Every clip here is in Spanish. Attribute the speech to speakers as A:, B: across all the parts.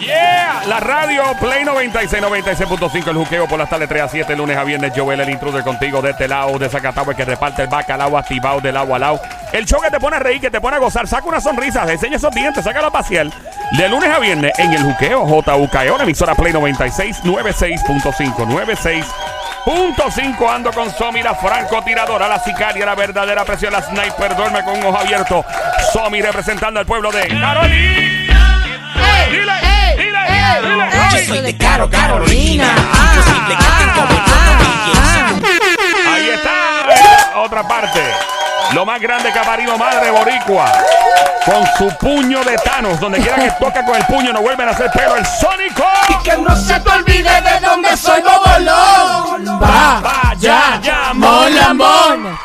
A: la, la radio Play 96, 96.5, el juqueo por las tardes 3 a 7, lunes a viernes. Joel, el intruder contigo de este lado, de Zacatau, el que reparte el bacalao activado del agua al lado. El show que te pone a reír, que te pone a gozar, saca una sonrisa, enseña esos dientes, saca la pacial. De lunes a viernes en el juqueo JUKEO, la E, emisora Play 96, 96.5, 96. Punto 5 ando con Somi, la francotiradora, la sicaria, la verdadera presión, la sniper, duerme con un ojo abierto. Somi representando al pueblo de Carolina. Dile, dile, dile,
B: Yo
A: Somi.
B: soy de Caro Carolina. Y yo soy de Caro como
C: Ah,
B: el Donovan, y eso
A: Ahí está eh, otra parte. Lo más grande que ha parido madre boricua. Con su puño de Thanos. Donde quiera que toca con el puño no vuelven a hacer pelo. El Sónico.
C: Que no se te olvide de dónde soy, Bobolón.
A: Va, ya, ya,
C: Mola, mon.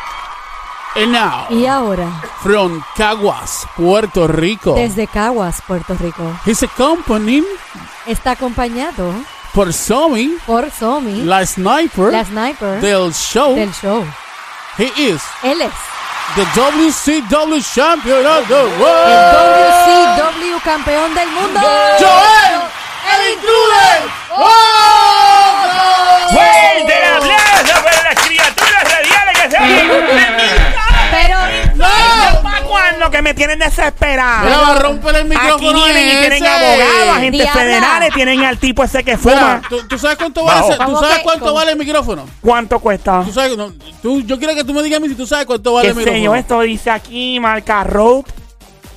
D: And now,
E: Y ahora,
D: from Caguas, Puerto Rico,
E: desde Caguas, Puerto Rico,
D: he's accompanied
E: está acompañado
D: por Somi,
E: por Somi, la,
D: la sniper
E: sniper
D: del show.
E: del show.
D: He is
E: Él es
D: the WCW champion of the
F: Eh.
E: el
D: world.
E: WCW campeón del mundo.
D: Joel,
C: ¡El intruder! ¡Oh!
A: ¡Fuerte el aplauso para las criaturas radiales que se
E: Pero
A: ¿Para cuándo que me tienen desesperado?
D: Mira, va a romper el
F: Aquí
D: micrófono
F: vienen y
D: ese.
F: tienen abogados, agentes
E: Diabla.
F: federales, tienen al tipo ese que
D: Mira,
F: fuma.
D: ¿tú, tú sabes cuánto
A: Bajo.
D: vale, ese- ¿tú
E: Vamos,
D: sabes
E: que-
D: cuánto
E: con-
D: vale el micrófono?
F: ¿Cuánto cuesta?
D: ¿Tú sabes, no, tú- yo quiero que tú me digas a mí si tú sabes cuánto vale
F: ¿Qué
D: el
F: sé yo?
D: micrófono.
F: Esto dice aquí, marca Road.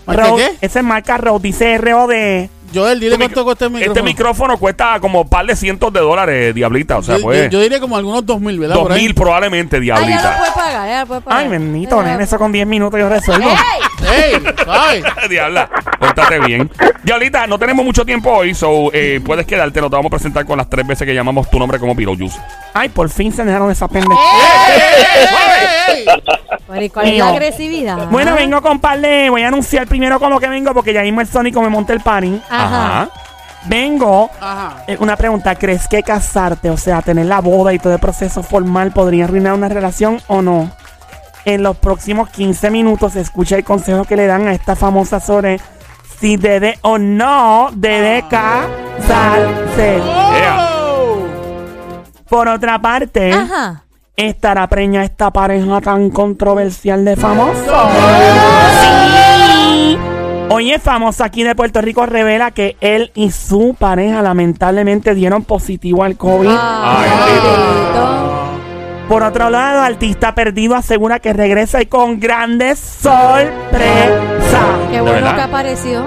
D: ¿Marca
F: Road.
D: qué?
F: Ese es marca Road, dice ROD.
D: Joel, dile cuánto cuesta el micrófono.
A: Este micrófono cuesta como un par de cientos de dólares, diablita. O sea,
D: yo,
A: pues.
D: yo- yo diría como algunos 2000, ¿verdad?
A: dos
D: Por ahí.
A: mil probablemente,
E: ah, ya lo
A: diablita.
E: puede pagar, ya lo puede pagar.
F: Ay, bendito,
E: Ya lo-
F: nene, eso con 10 minutos yo resuelvo.
E: Pues, ¡Ey!
D: ¡Ey! ¿Sabes?
A: Diabla, pórtate bien. Diablita, no tenemos mucho tiempo hoy, so eh, puedes quedarte. Nos te vamos a presentar con las tres veces que llamamos tu nombre como Beetlejuice.
F: Ay, por fin se dejaron esa pendeja.
D: ¡Ey!
E: Pero, ¿Cuál es la
F: Mío.
E: agresividad?
F: Bueno, vengo con par de. Voy a anunciar primero como que vengo porque ya mismo el Sónico me monta el party.
E: Ajá.
F: Vengo.
D: Ajá.
F: eh, Una pregunta, ¿crees que casarte, o sea, tener la boda y todo el proceso formal podría arruinar una relación o no? En los próximos 15 minutos escucha el consejo que le dan a esta famosa sobre si debe o no debe casarse. Por otra parte,
E: Ajá.
F: ¿estará preña esta pareja tan controversial de famoso? Oye, famosa aquí de Puerto Rico revela que él y su pareja lamentablemente dieron positivo al COVID.
E: Ay, bendito.
F: Por otro lado, artista perdido asegura que regresa y con grandes sorpresas.
E: Qué bueno
A: verdad?
E: que apareció.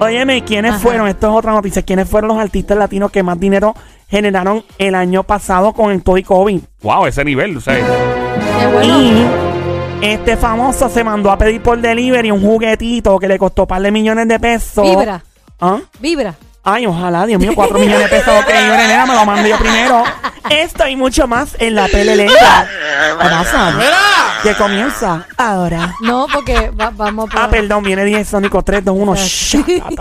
F: Óyeme, ¿quiénes
E: Ajá.
F: fueron? Esto es otra noticia. ¿Quiénes fueron los artistas latinos que más dinero generaron el año pasado con el todo y COVID?
A: Wow, ese nivel, o sea.
E: Qué bueno.
F: Y este famoso se mandó a pedir por delivery un juguetito que le costó par de millones de pesos.
E: Vibra,
F: ¿Ah?
E: vibra.
F: Ay, ojalá, Dios mío, cuatro millones de pesos. Ok, yo, nena, me lo mando yo primero. Esto y mucho más en la PLL. Pasa,
D: ¡Mira!
F: que comienza ahora.
E: No, porque va- vamos por-
F: Ah, perdón, viene 10 Sónico 3, 2, 1. Shut up.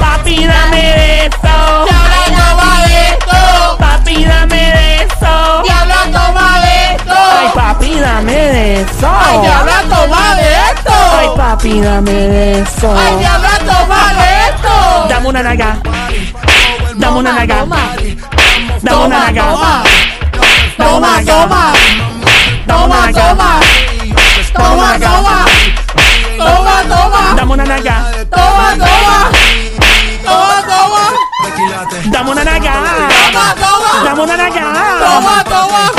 F: Papi, dame de eso.
C: ¡Diabla no va de esto!
F: Papi, dame de eso.
C: ¡Diabla no va de
F: Ay,
C: esto!
F: papi, dame de eso.
C: ¡Ay, diabla no va de
F: Ay,
C: esto!
F: papi, dame de eso.
C: ¡Ay, diabla no va de esto!
F: Dame una naga. Dame una
E: Toma,
F: naga.
E: toma.
F: Dame una naga.
C: toma, toma,
F: Toma,
C: toma, toma, toma, toma, toma, toma, toma,
F: Dame una naga.
C: toma, toma, toma, toma,
F: Dame una naga.
C: toma, toma.
F: Dame una naga.
C: Toma, toma.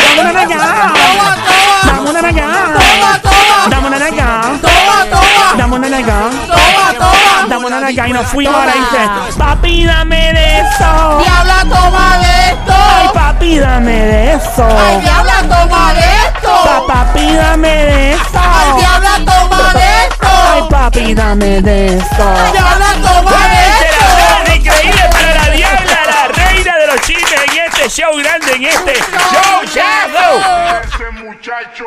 F: Dame una naga.
C: Toma, toma.
F: Dame
C: Toma, toma.
F: una naga. Dame una
C: Toma,
F: naga.
C: toma,
F: Dame una naga.
C: toma, toma.
F: Dame una naga y nos fuimos
E: Toma.
F: ahora dice, papi dame de eso.
C: Diabla, toma de
F: Ay,
C: esto.
F: papi dame de eso.
C: Ay, diabla, toma de
F: Pa-
C: esto.
F: Papi dame de eso.
C: Ay, diabla, toma de
F: Ay,
C: esto.
F: papi dame de eso.
C: Diabla, toma de
A: ¡Fuerte el
C: esto.
A: aplauso increíble para la diabla, la reina de los chistes en este show grande, en este show, show.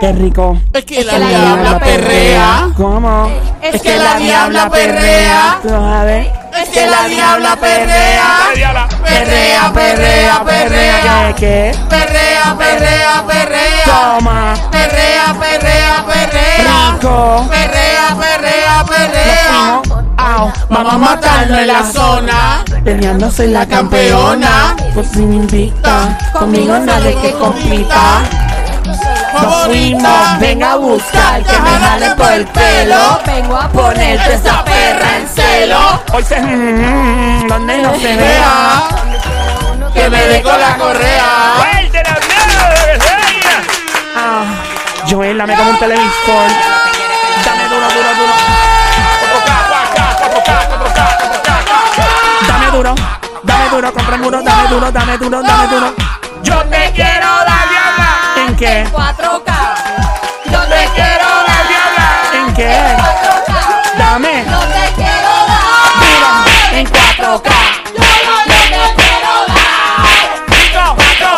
F: Qué rico.
D: Es que la
E: la
D: diabla
E: diabla
D: perrea.
F: ¿Cómo?
E: Es
C: que la diabla perrea.
F: Tú sabes.
C: Es que la diabla perrea.
A: La diabla.
C: Perrea, perrea, perrea.
F: ¿Qué? ¿Qué?
C: Perrea, perrea, perrea.
F: Toma.
C: Perrea, perrea, perrea.
F: Rico.
C: Perrea, perrea, perrea.
F: Fuimos.
D: Wow, vamos a matarnos en la zona.
F: Peleando soy la campeona. Por si me invita, conmigo nadie que compita. Nos fuimos, ven a buscar que me jale por el pelo.
E: Vengo a ponerte esa perra en celo.
F: Hoy se. mm, donde no se vea.
D: Vea, que me dé con la correa.
A: ¡Fuerte la mierda que se oiga!
F: Ah, Joel, me como un televisor. Dame duro, duro, duro.
A: 4K, 4K, 4K, 4K.
F: Dame duro, dame duro, compra el muro. Dame duro, dame duro, dame duro.
A: Yo te quiero la diabla,
F: ¿En qué?
E: 4K.
A: yo te quiero la diabla.
F: ¿En qué? Dame.
E: No te quiero dar.
F: Mira,
E: en 4K.
F: Rico, rico,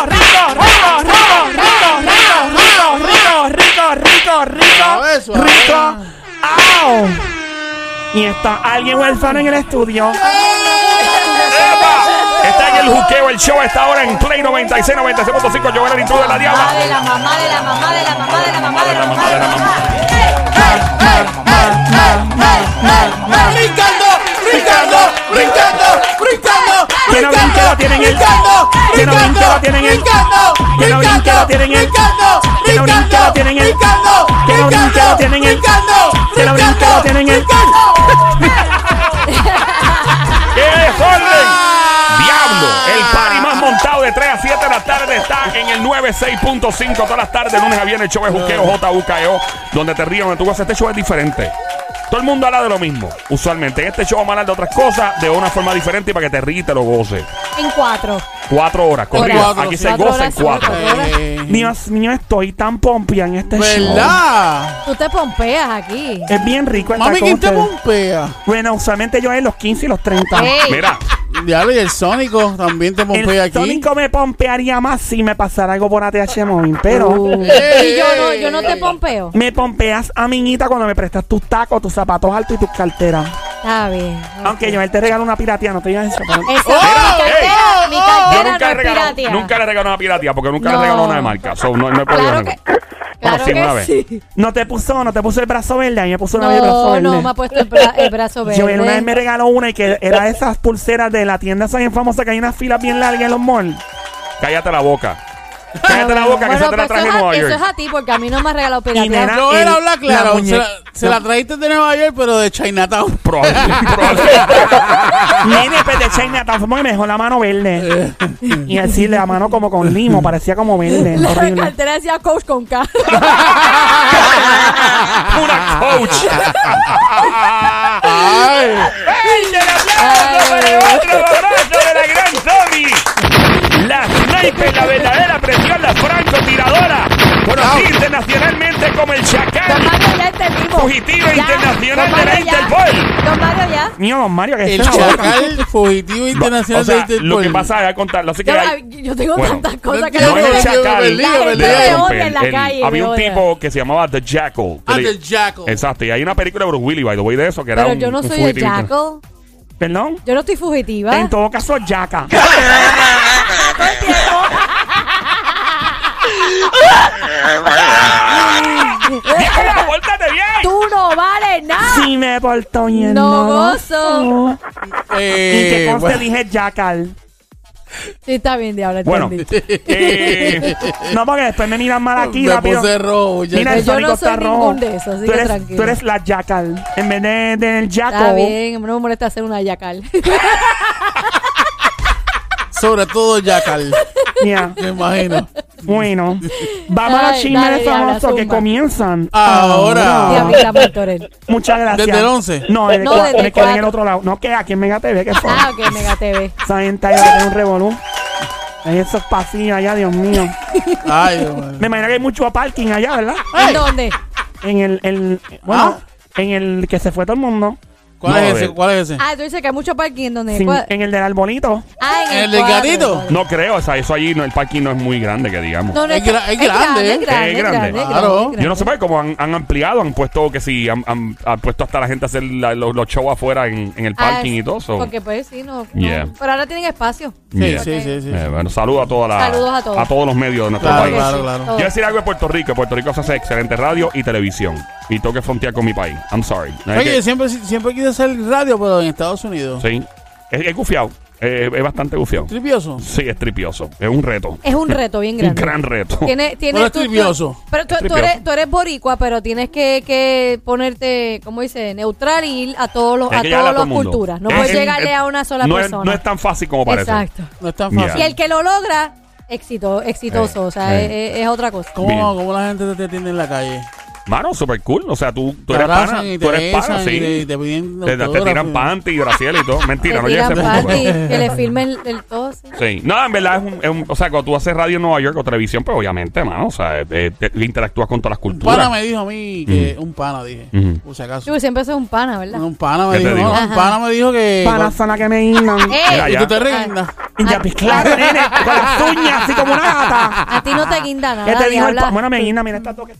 F: rico, rico, rico, rico, rico, rico, rico, rico,
D: Suave,
F: rico, rico,
D: suave.
F: rico. ¡Au! Y está alguien huérfano en el estudio.
A: ¡Epa! Está en el juqueo, el show está ahora en Play 96, 96.5. Yo era el intruso de la diabla.
E: de la mamá, de la mamá, de la mamá, de la mamá, de la mamá, de la mamá.
C: Brincando, brincando, brincando, brincando.
F: Que no brinque, lo tienen él.
C: Brincando,
F: Que no
C: brincando,
F: brinque, lo tienen él.
C: brincando,
F: Que no brinque, lo tienen él.
C: brincando,
F: Que no brinque, lo tienen él.
C: brincando,
F: Que no brinque, lo
C: brincando,
F: tienen él.
C: brincando,
F: Que no brinque, lo tienen él.
A: ¡Qué desorden! ¡Diablo! El party más montado de 3 a 7 de la tarde está en el 96.5 todas las tardes, lunes a viernes, el show es Juqueo, JUKEO, E donde te ríes, donde tú vas. Este show es diferente. Todo el mundo habla de lo mismo, usualmente. En este show vamos a hablar de otras cosas de una forma diferente y para que te ríes y te lo goces.
E: En 4.
A: Cuatro horas, corrido.
D: Cuatro,
A: Aquí
D: sí.
A: se
E: Cuatro
A: goza en
E: horas,
A: cuatro.
E: cuatro.
D: Eh,
F: Dios mío, estoy tan pompia en este show.
D: ¿Verdad?
E: Tú te pompeas aquí.
F: Es bien rico estar
D: Mami,
F: con
D: ¿quién te
F: ustedes.
D: pompea?
F: Bueno, usualmente yo en los 15 y los 30.
E: Ey,
A: Mira,
D: Diablo, y el Sónico también te Eh. pompea
F: El
D: aquí.
F: tónico me pompearía más si me pasara algo por ATH móvil, pero
D: Uh.
E: y yo no, yo no te pompeo.
F: me pompeas, amiguita, cuando me prestas tus tacos, tus zapatos altos y tus carteras.
E: Está bien.
F: Aunque yo él te regalo una piratía, no te digas eso. pero-
E: Esa
D: ¡Oh!
E: mi cartera,
D: ¡Ey!
E: mi
A: yo
E: cartera
A: nunca,
E: no
A: he
E: es
A: regalado,
E: piratea.
A: nunca le he regalado una piratía porque nunca le he
E: No.
A: regalado una de marca. So, no, no he podido
E: Claro
A: regalar.
E: que- claro
A: sí,
E: que
A: una vez.
E: sí.
F: No te puso, no te puso el brazo verde, a mí me puso una vez el brazo
E: No,
F: verde.
E: no, me ha puesto el, bra- el brazo verde.
F: Yo él una vez me regaló una y que era de esas pulseras de la tienda esa bien famosa que hay unas filas bien largas en los malls.
A: Cállate la boca. Cállate la boca que
E: Bueno,
A: se te la
E: pero
A: traje en
E: eso,
A: Nueva
E: es a,
A: York.
E: eso es a ti porque a mí no me ha regalado
F: Y nena,
E: piratea.
D: No,
F: el-
D: él habla
F: la
D: claro. Se
F: muñeca-
D: la, se la trajiste de Nueva York, pero de Chinatown.
A: Probable- probable.
F: Nene, pues de Chinatown fue porque me dejó la mano verde. y así la mano como con limo, parecía como verde.
E: La
F: horrible.
E: cartera decía coach con K.
A: Una coach.
D: Ay,
A: ¡Fuerte el aplauso para el otro abrazo de la gran Tommy! La sniper, la verdadera presión, la francotiradora. Conocida internacionalmente como el
E: Don
A: Chacal.
E: Mario, ya entendimos.
A: Fugitivo
E: Ya.
A: internacional
E: Don
A: de la
E: Mario, ya.
A: Interpol.
E: Don Mario, ya.
F: Mío, don Mario, que
D: el
F: este es
D: chacal fugitivo internacional
A: O sea,
D: de Interpol.
A: lo que pasa es a contarlo. Así que
E: Yo,
A: hay,
E: yo tengo
A: Bueno.
E: tantas cosas que
D: No
A: no
E: no
A: es el
D: yo- yo-
A: chacal.
D: yo- yo-
A: de
D: yo-
A: la
D: yo- yo-
A: Interpol.
E: yo- yo- en la
A: El-
E: calle,
A: había
E: me
A: un
E: odia.
A: tipo que se llamaba The Jackal.
D: Ah,
A: Que le-
D: The Jackal.
A: Exacto. Y hay una película de Bruce Willis, by the way, de eso, que era
E: Pero
A: un,
E: yo no
A: un
E: soy el
A: fugitivito.
E: Jackal.
F: Perdón.
E: Yo no estoy fugitiva.
F: En todo caso, yaca.
A: ¡Diabla, pórtate bien!
E: Tú no vales nada.
F: Si me porto bien.
E: No
F: lo
E: gozo.
F: sé. Y
D: Eh,
F: que conste
D: bueno.
F: dije yacal.
E: Sí, está bien, diablo.
A: Bueno,
E: entendí.
A: eh,
F: No, porque después me miran mal aquí
D: me
F: rápido.
D: puse rojo. ya-
F: Mira,
E: Pero
F: el
E: yo
F: sonido
E: no
F: está
E: soy
F: rojo.
E: ningún de esos, así
F: tú,
E: que
F: eres,
E: tranquilo.
F: tú eres la yacal. En vez de, del
E: Está
F: yaco.
E: bien, no me molesta hacer una yacal.
D: sobre todo Jackal,
F: Ya.
D: me imagino.
F: Bueno, vamos a los
E: Ay,
F: chismes
E: dale,
F: de
E: diabla,
F: famosos que
E: zumba.
F: comienzan.
D: Ahora.
E: Diablita Martorell.
F: Muchas gracias.
D: ¿Desde el 11?
F: No, en el
E: No,
F: cua-
E: desde
F: me quedé en el
E: cuatro.
F: otro lado. No, que aquí en Mega TV, que fue.
E: Ah, ok, Mega TV.
F: Esa gente ahí va a tener un revolú. Hay esos pasillos allá, Dios mío.
D: Ay, Dios mío.
F: Me imagino que hay mucho parking allá, ¿verdad?
E: ¿En dónde?
F: En el, el bueno,
D: Ah.
F: en el que se fue todo el mundo.
D: ¿Cuál
A: No, eh,
D: es
A: a
D: ese?
A: ver.
D: ¿Cuál es ese?
E: Ah, tú dices que hay mucho parking. ¿Dónde?
F: Sin-
E: ¿Cuál?
F: en el del arbolito.
E: Ah, en
D: ¿En
E: el,
D: el
E: cuadro,
D: delgadito?
E: cuadro.
A: no creo, o sea, eso allí, no, el parking no es muy grande, que digamos.
E: No, no,
D: Es
E: está-
D: gra- es grande,
E: Es grande,
A: Es grande.
E: es grande. es
D: Claro.
E: grande, es grande.
A: Yo no sé por cómo han, han ampliado, han puesto que sí, han, han- han puesto hasta la gente a hacer la- los, los shows afuera en, en el
E: Ah,
A: parking
E: sí,
A: y todo eso.
E: Porque pues sí, no. no.
A: Yeah.
E: Pero ahora tienen espacio.
D: Sí,
A: Mira.
D: sí, sí, sí.
A: Eh, bueno, saludo a toda la-
E: Saludos a todos.
A: los medios de nuestro
D: Claro,
A: país.
D: claro,
E: sí,
D: claro.
E: todo.
A: Quiero decir algo de Puerto Rico. Puerto Rico se hace excelente radio y televisión. Y tengo que frontear con mi país. I'm sorry. No es
D: Oye,
A: que-
D: yo siempre, siempre quise hacer radio, pero en Estados Unidos.
A: Sí. Es, es gufiado. Eh, es bastante gufiado.
D: Tripioso.
A: Sí, es tripioso. Es un reto.
E: Es un reto bien
A: Un
E: grande.
A: gran reto.
E: Tiene, tiene,
D: Pero es
E: tú- tú-
D: trivioso.
E: Pero tú,
A: Es
E: tú
A: trivioso.
E: eres, tú eres boricua, pero tienes que, que ponerte, ¿cómo dice? Neutral y ir a todos los,
A: Hay
E: a
A: que llegarle a
E: todas
A: todo
E: las
A: el mundo.
E: culturas. No
A: Es-
E: puedes
A: es-
E: llegarle
A: es-
E: a una sola
A: no es-
E: persona.
A: no es tan fácil como parece.
E: Exacto.
D: No es tan
A: Ya.
D: fácil.
E: Y el que lo logra, exito, exitoso. o sea,
A: Eh,
E: es, es- es otra cosa.
D: ¿Cómo,
A: Bien.
D: cómo la gente te- te atiende en la calle?
A: Mano, super cool. O sea, tú, tú
D: Te
A: eres
D: abrazan
A: pana.
D: y
A: Tú
D: te
A: eres pana,
D: besan y
A: sí.
D: te-
A: Te,
D: te piden
A: te
D: autógrafo.
A: tiran panty y braciel y todo. Mentira,
E: Que
A: no llegues a
E: tiran
A: ese punto.
E: party,
A: pero-
E: que le firmen el, el todo. sí.
A: Sí. No, en verdad es un, es un- O sea, cuando tú haces radio en Nueva York o televisión, pues obviamente, mano. O sea, eh, eh, te- interactúas con todas las
D: Un pana
A: culturas.
D: me dijo a mí que. Un pana, dije.
A: Ujú.
D: Por si acaso.
E: Yo siempre soy un pana, ¿verdad?
D: Un pana me
A: ¿Qué te
D: dijo. no,
A: dijo?
D: un pana me dijo que.
F: Para sana que me hinan.
A: Mira,
E: ¡Eh!
D: Y
A: ya.
D: tú te rindas.
F: Y ya,
E: Ah.
F: pues claro, nene, con las uñas, así como una gata.
E: A ti no te guinda nada.
F: ¿Qué te dijo el
E: diabla.
F: pa- Bueno, me guinda, mira estas dos que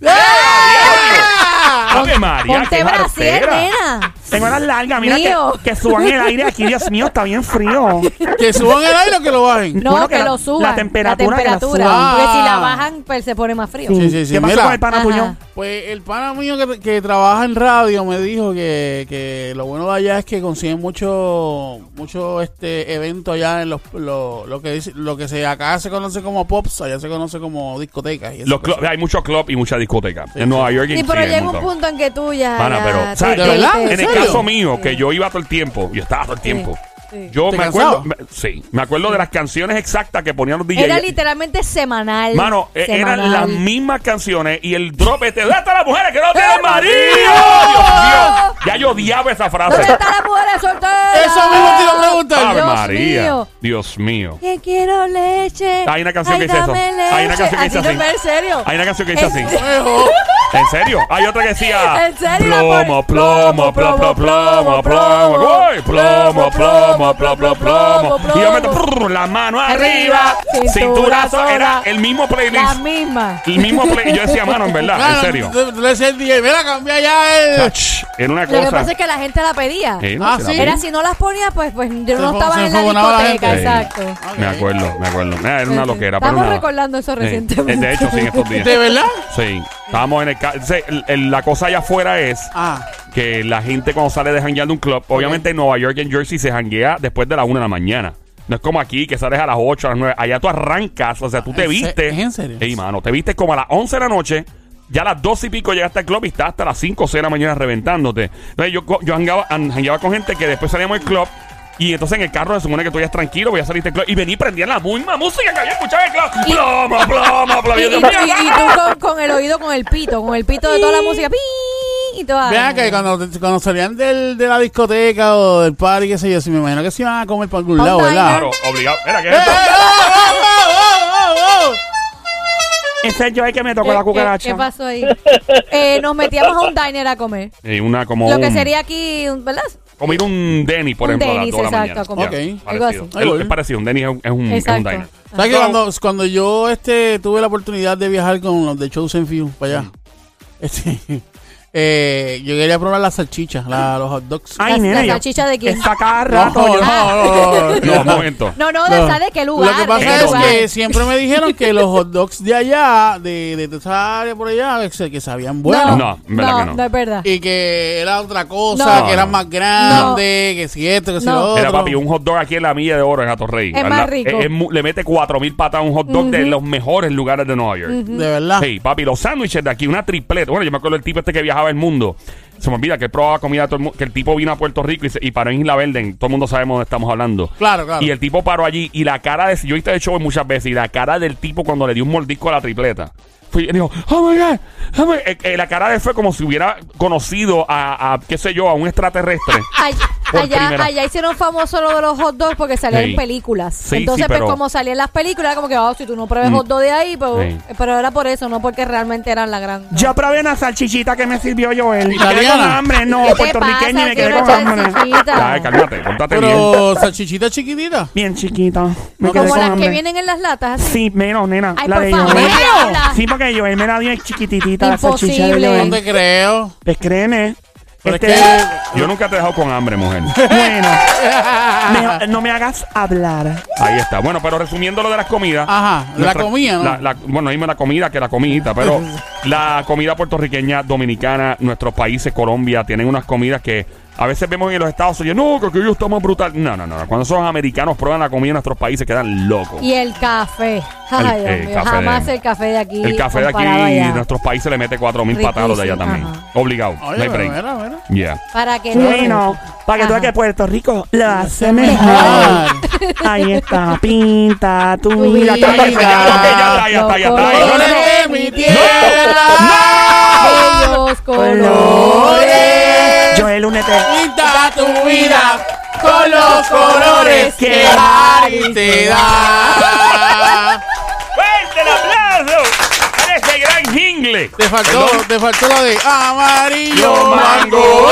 A: ¡Ave María!
E: Ponte
A: qué
E: brasier,
A: jartera!
E: nena.
F: Tengo las largas, mira que,
E: Mío.
F: que suban el aire aquí, Dios mío, está bien frío.
D: Que suban el aire o que lo bajen.
E: No,
F: Bueno, que
E: que,
F: la-
E: lo suban.
F: la temperatura, que la
E: temperatura.
D: suban.
E: Porque si la bajan, pues, se pone más frío.
D: Ah. Sí, sí, sí,
F: ¿Qué pasó
D: mira.
F: con el pana
E: Ajá.
F: tuyo?
D: Pues el pana mío que, que trabaja en radio me dijo que, que lo bueno de allá es que consiguen mucho, mucho este evento allá en los lo, lo que dice- lo que se acá se conoce como pops, allá se conoce como discotecas y esas
A: Los
D: cosas.
A: club- hay muchos clubs y muchas discotecas. en Nueva York y
E: Sí, pero
A: hay
E: llega un
A: montón.
E: punto en que tú ya.
A: Pana,
E: ya
A: pero,
E: te-
A: ¿sabes?
E: te-
D: ¿De verdad?
E: te-
D: ¿En
A: En el
D: serio?
A: caso mío, que yo iba todo el tiempo, yo estaba todo el tiempo.
E: sí.
A: Yo
D: ¿Te
A: me acuerdo,
D: cansaba?
A: me- sí, me acuerdo de las canciones exactas que ponían los DJs.
E: Era literalmente semanal.
A: Mano, eh, eran
E: Semanal.
A: las mismas canciones y el drop este, ¿dónde están las mujeres que no tienen marido?
E: marido!
A: Dios mío, ya yo odiaba esa frase.
E: ¿Dónde están las mujeres solteras?
D: Eso mismo te iba a preguntar.
A: Ave
E: Dios
A: María,
E: mío.
A: Dios mío.
E: Que quiero leche.
A: Hay una canción que
E: Ay,
A: dice eso.
E: dame
A: Hay una
E: leche.
A: canción que dice así.
E: Así no, pero en serio.
A: Hay una canción que dice así.
E: En-
D: Ojo.
A: ¿En serio? Hay otra que decía
E: ¿En serio,
A: plomo,
E: amor?
A: plomo, plomo, plomo, plomo, plomo, uy, plomo, plomo, plomo, plomo,
E: plomo,
A: Y yo meto
E: plomo.
A: prrr, la mano arriba,
E: Cintura
A: cinturazo,
E: sola.
A: era el mismo
E: La
A: playlist,
E: misma.
A: el mismo playlist. Yo decía, mano, en verdad, en
D: Claro,
A: serio.
D: tú- tú le decías al DJ, mira, cambia ya el.
A: Ach, Era una
E: Lo que
A: cosa.
E: pasa es que la gente la pedía.
A: Eh, no,
D: Ah,
A: se la
D: sí.
A: pedí.
E: Era si no las ponía, pues, pues yo
D: Se
E: no
D: fo-
E: estaba
D: se
E: en la
D: fogonaba la
E: discoteca.
A: gente.
E: Exacto.
A: Me acuerdo, me acuerdo. Ah, Era una loquera, pero
E: Estamos
A: nada.
E: recordando eso
A: Sí.
E: recientemente.
A: De hecho, sí, en estos días.
D: ¿De verdad?
A: Sí. Estábamos en el... ca- Entonces, el- el- La cosa allá afuera es...
D: Ah,
A: que la gente cuando sale de janguear de un club, obviamente en Nueva York y en Jersey se janguea después de la 1 de la mañana. No es como aquí que sales a las 8, a las 9. Allá tú arrancas, o sea, tú te
D: ¿en se-
A: viste.
D: es en serio?
A: Ey, mano, te viste como a las 11 de la noche. Ya a las 12 y pico llegaste al club y estás hasta las 5 o 6 de la mañana reventándote. Entonces yo, co- yo jangueaba, an- jangueaba con gente que después salíamos del club. Y entonces en el carro se supone que tú ya tranquilo, voy a salir del club. Y vení y prendían la misma música que había escuchado en el club. Plomo, plomo, plomo.
E: Y,
A: Yo,
E: y-
A: Dios mío,
E: y- y tú con, con el oído, con el pito, con el pito de toda la música. pi, Y toda.
D: vean que cuando, cuando salían del, de la discoteca o del party, qué sé yo, si me imagino que se iban a comer para algún lado, ¿verdad?
A: Claro, obligado. Era que
D: ¡Eh, eh, oh, oh, oh, oh, oh!
F: Ese es yo el que me
E: ¿Qué,
F: tocó la
E: qué-
F: cucaracha.
E: qué pasó ahí? Eh, nos metíamos a un diner a comer.
A: Y una como
E: Lo que
A: un-
E: sería aquí, ¿verdad?
A: Como ir a un Denny, por
E: Un
A: ejemplo,
E: Denny's,
A: a las 2 de la
E: exacto,
A: mañana.
D: como-
A: Ya,
D: Ok.
A: parecido.
E: Algo así.
A: Es-
D: Ahí voy.
A: Es parecido, un Denny es un, es Mm, un, es un
E: Exacto. Ah.
A: diner.
D: ¿Sabes que
A: So-
D: cuando, cuando yo este, tuve la oportunidad de viajar con los de Chosen Few para
F: Mm.
D: allá, este, eh, yo quería probar las salchichas, la- los hot dogs.
F: Ay,
E: Las-
F: nene.
E: las
F: yo-
E: salchichas de quién.
F: Está cada
D: no,
F: rato.
D: no,
F: yo-
D: no, no,
A: No,
D: no.
A: un momento.
E: No, no, de
D: No.
E: esa de qué lugar.
D: Lo que
E: de
D: pasa
E: qué
D: es
E: lugar.
D: que siempre me dijeron que los hot dogs de allá, de, de toda esa área por allá, que, se- que sabían bueno.
E: No,
A: No, en verdad que no.
E: no es verdad.
D: Y que era otra cosa,
A: No.
D: que era más grande, que si esto, que si
E: No.
D: lo otro.
A: Era papi, un hot dog aquí en la milla de oro en Ato Rey.
E: Es
A: Al
E: más
A: lado-
E: rico.
A: es mu- le mete 4000 patas a un hot dog de los mejores lugares de Nueva York.
D: De verdad.
A: Hey, papi, los sándwiches de aquí, una tripleta. Bueno, yo me acuerdo del tipo este que viajaba el mundo. Se me olvida que él probaba comida de todo el mundo. Que el tipo vino a Puerto Rico y, se- y paró en Isla Verde. en- Todo el mundo sabemos de dónde estamos hablando.
D: Claro, claro.
A: Y el tipo paró allí y la cara de. Yo he visto el show muchas veces y la cara del tipo cuando le dio un mordisco a la tripleta. Fue, y dijo, oh my god. oh my-". Eh, eh, la cara de él fue como si hubiera conocido a, a, qué sé yo, a un extraterrestre.
E: Ay-
A: Por primera.
E: Allá, allá hicieron famoso lo de los hot dogs porque salían
A: Sí.
E: en películas.
A: Sí,
E: Entonces,
A: sí,
E: pues
A: pero-
E: como salían las películas, como que, oh, si tú no pruebes
A: Mm.
E: hot dog de ahí, pero,
A: Sí.
E: pero era por eso, no porque realmente eran la gran.
F: Yo probé una salchichita que me sirvió Joel. Me quedé con
D: Italiana.
F: hambre, no,
E: ¿Qué te
F: puertorriqueña y
E: pasa?
F: me
E: Si
F: quedé
E: uno
F: con
E: echa
F: hambre.
E: salsita.
A: Ay, cálmate, pórtate bien.
D: Pero salchichita chiquitita.
F: Bien chiquita. Me
D: No,
E: Como
F: quedé
E: las
F: con
E: que
F: hambre.
E: vienen en las latas, así.
F: Sí, menos, nena.
E: Ay,
F: la
E: por
F: de
E: favor.
F: Joel.
E: habla.
F: Sí, porque Joel me la dio chiquitita la salchicha de
E: Imposible.
D: No
F: Joel.
D: te creo.
F: Pues créeme.
D: Pero
F: este-
D: es que...
A: Yo nunca te he dejado con hambre, mujer.
F: Bueno, me- no me hagas hablar.
A: Ahí está. Bueno, pero resumiendo lo de las comidas.
D: Ajá, la
A: Nuestra-
D: comida, ¿no?
A: la- la- bueno, dime la comida que la comidita, pero la comida puertorriqueña, dominicana, nuestros países, Colombia, tienen unas comidas que A veces vemos en los Estados Unidos, no, que ellos toman brutal. No, no, no. Cuando esos americanos prueban la comida en nuestros países, quedan locos.
E: Y el café. Ay,
A: El-
E: Dios
A: el
E: mío,
A: café
E: jamás
A: de-
E: el café de aquí.
A: El café de aquí
E: comparado allá.
A: en nuestros países le mete 4000 patados de allá
E: Riquísimo,
A: también.
E: ajá.
A: Obligado. no hay
D: Oye, pero
A: break.
D: mira, mira.
A: Yeah.
E: Para que no.
F: Bueno, para que tú
E: Ajá.
F: veas que Puerto Rico lo hace mejor.
D: Mejor.
F: Ahí está, pinta tu
E: Tu
F: vida.
A: Ya,
E: vida.
A: ya, ya, ya, ya, ya, ya, ya, ya.
E: Colores.
D: Colores de mi tierra,
E: Bellos
D: colores.
F: Joel, únete.
D: pinta tu vida con los colores que Ari te da.
A: ¡Fuerte el aplauso! ¡Para ese gran jingle!
D: Te faltó,
A: Perdón.
D: te faltó la de amarillo
A: Yo
D: mango.
A: mango.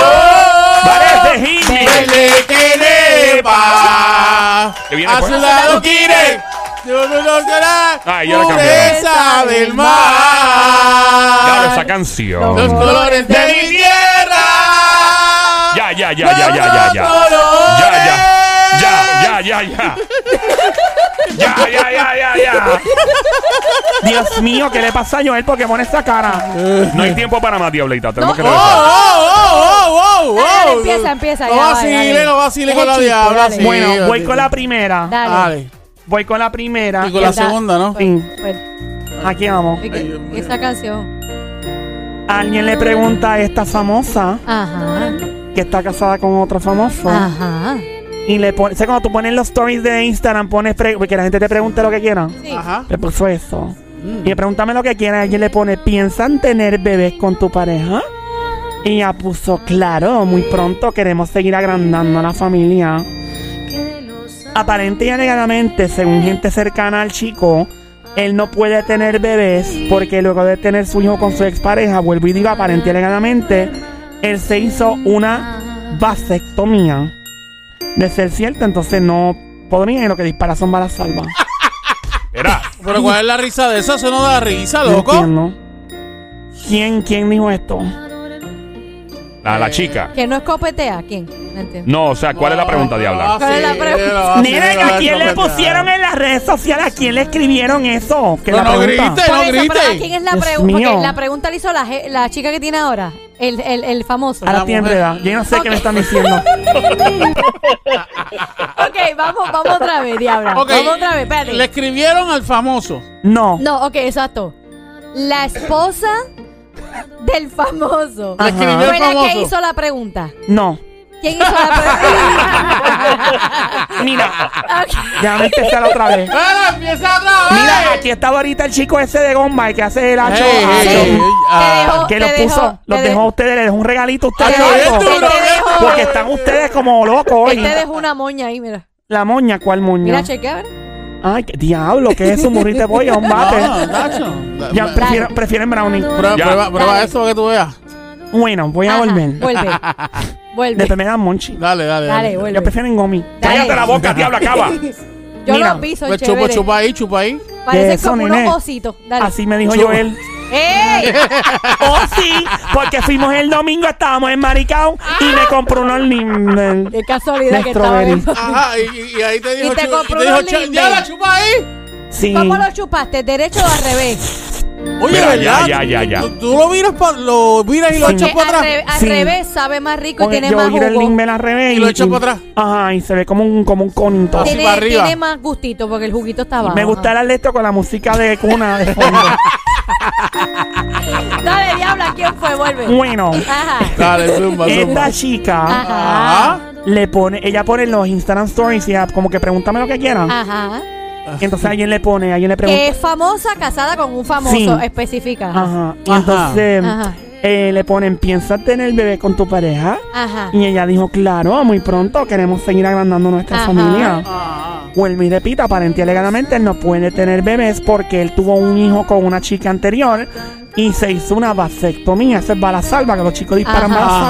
A: ¡Para ese jingle!
D: Verde quenepa.
A: ¿Qué viene
D: A su
A: después?
D: lado quiere. Yo no lo será.
A: Ay, Ah, ya la cambiaron.
D: pureza del
A: Claro,
D: mar.
A: esa
D: Los
A: canción.
D: colores de mi tierra.
A: Ya, ya, ya, ya, ya, ya, ya.
D: Los colores.
A: Ya, ya. Ya, ya, ya, ya. Ya, ya, ya, ya, ya.
F: Dios mío, ¿qué le pasa a Joel? ¿Por qué pone esa cara?
A: No hay tiempo para más, Diablita. Tenemos que
D: Oh,
A: regresar.
D: oh, oh, oh, oh,
E: Dale,
D: oh.
E: empieza, empieza,
D: No
E: ya,
D: vacile,
E: dale.
D: no vacile
E: Es
D: con
E: el
D: la
E: chiste,
D: diabla.
E: dale.
D: sí,
F: Bueno, voy
D: dale.
F: con la primera.
E: Dale.
D: Dale.
F: Voy con la primera.
D: Y con la
E: Verdad.
D: segunda, ¿no?
F: Sí.
E: Bueno,
F: Aquí vamos.
E: y que-
D: Ay, Dios mío.
E: esa canción.
F: Alguien le pregunta a esta famosa
E: Ajá.
F: que está casada con otro famoso.
E: Ah. Ajá.
F: Y le pone, ¿sabes cuando tú pones los stories de Instagram, pones pre- que la gente te pregunte lo que quiera?
E: Sí.
D: Ajá.
F: Le puso eso. Y le pregúntame lo que quiera. Alguien le pone, ¿piensan tener bebés con tu pareja? Y ya puso, claro, muy pronto queremos seguir agrandando a la familia. Aparente y alegadamente, según gente cercana al chico, él no puede tener bebés porque luego de tener su hijo con su expareja, vuelvo y digo aparente y alegadamente, él se hizo una vasectomía. De ser cierto, entonces no podría y lo que dispara son balas salvas.
A: Verá.
D: Pero ¿cuál es la risa de eso? Eso no da risa,
F: No
D: loco.
F: entiendo. ¿Quién, ¿Quién dijo esto?
A: La, la chica.
E: Que no es copetea. ¿Quién? No entiendo.
A: No, o sea, ¿cuál es la
D: Ah,
A: pregunta, Diabla?
E: ¿Cuál es la pregunta?
F: Miren, ¿a quién le pusieron en las redes sociales? ¿A quién le escribieron eso? Que
D: No,
F: la
D: no
F: pregunta.
D: grite. no
E: Por eso, pero ¿a
D: griten.
E: quién es la
F: Dios
E: pregunta?
F: mío.
E: Porque la pregunta la hizo la, je- la chica que tiene ahora. El, el, el famoso.
F: Ahora tiene
D: mujer.
F: enredada. Yo no sé qué me están diciendo.
E: Ok, vamos, vamos otra vez, diabla.
D: Ok.
E: Vamos otra vez, espérate.
D: Le escribieron al famoso.
F: No.
E: No, ok, exacto. La esposa del famoso.
D: Le escribió
E: Fue
D: el
E: la que
D: famoso.
E: hizo la pregunta.
F: No.
E: ¿Quién hizo la pregunta?
F: Mira,
E: Ok.
F: déjame empezar otra vez.
D: ¡Ahora empieza otra vez!
F: Mira, aquí estaba ahorita el chico ese de gomba el que hace el hacho.
D: Ey,
F: hacho,
D: ey, ey, ah.
E: dejó-
F: que los
E: te
F: puso,
E: dejó-
F: los
E: te
F: dejó a
E: dejó-
F: ustedes, les dejó un regalito a ustedes.
D: Ay,
F: algo.
D: bien duro,
E: Te
D: bien
E: dejó-
D: duro.
F: porque están ustedes como locos hoy.
E: Él te Este dejó una moña ahí, mira.
F: La moña, ¿cuál moña?
E: Mira, chequea, ¿verdad?
F: Ay, qué diablo, ¿qué es eso? Un burrito de pollo, un bate.
D: No, Nacho.
F: Ya,
D: Prueba,
F: prefiero, prefieren brownie.
A: Ya.
D: prueba, prueba
E: Dale.
D: eso para que tú veas.
F: Bueno, voy a
E: Ajá,
F: volver.
E: Vuelve.
F: Después
E: Vuelve.
F: me dan monchi.
D: Dale, dale,
E: Dale,
D: dale.
E: vuelve.
F: Yo prefiero en gomi.
E: Dale.
A: Cállate la boca, Diabla, acaba.
E: Yo
F: Mira,
E: lo piso,
D: Pues chupa,
E: chévere.
D: chupa ahí, chupa ahí.
E: Parecen
F: Eso,
E: como
F: nene.
E: unos ositos. Dale.
F: Así me dijo
A: Chulo.
F: Joel.
E: ¡Ey!
F: Oh, sí, porque fuimos el domingo, estábamos en Maricao y me compró unos Lindel.
E: ¡Qué casualidad que estaba
F: Strawberry.
E: bien.
D: Ajá, y, y ahí te dijo.
E: te
D: chu-
E: compró
D: dijo,
E: unos
D: "Cha-
E: Lindbergh".
D: ya la chupa ahí.
F: Sí.
E: ¿Cómo lo chupaste? ¿Derecho o al revés?
D: Oye,
A: Mira, ya,
D: ¿verdad?
A: ya, ya, ya.
D: Tú, tú lo miras, pa- lo miras y lo
F: Sí.
D: echas
E: Que
D: para
E: al,
D: atrás.
E: re- al
F: Sí.
E: revés sabe más rico y
F: Oye,
E: tiene
F: yo
E: más
F: giro el
E: jugo.
F: Lindel al revés.
D: Y lo echo para atrás.
F: Ajá, y se ve como un, como un conito.
D: Así
E: Tiene,
D: para arriba.
E: tiene más gustito porque el juguito está abajo.
F: Me gusta el alecto con la música de cuna de fondo.
E: Ajá. Dale, diabla, ¿quién fue? Vuelve.
F: bueno,
E: Ajá.
D: Dale, zumba, zumba.
F: esta chica
E: Ajá.
F: le pone, ella pone en los Instagram stories y ah, como que pregúntame lo que quieran.
E: Ajá. Ah.
F: Y entonces alguien le pone, alguien le pregunta.
E: Que es famosa casada con un famoso.
F: Sí.
E: Especifica. Ajá.
F: Ajá. Y
D: Ajá.
F: entonces
E: Ajá.
F: eh, le ponen, ¿piensas tener bebé con tu pareja?
E: Ajá.
F: Y ella dijo, claro, muy pronto queremos seguir agrandando nuestra
E: Ajá.
F: familia.
D: Ah,
F: Vuelve y repite, aparente y alegadamente él no puede tener bebés porque él tuvo un hijo con una chica anterior y se hizo una vasectomía. Eso es bala salva, que los chicos disparan
E: Ajá.
F: bala
D: Ajá,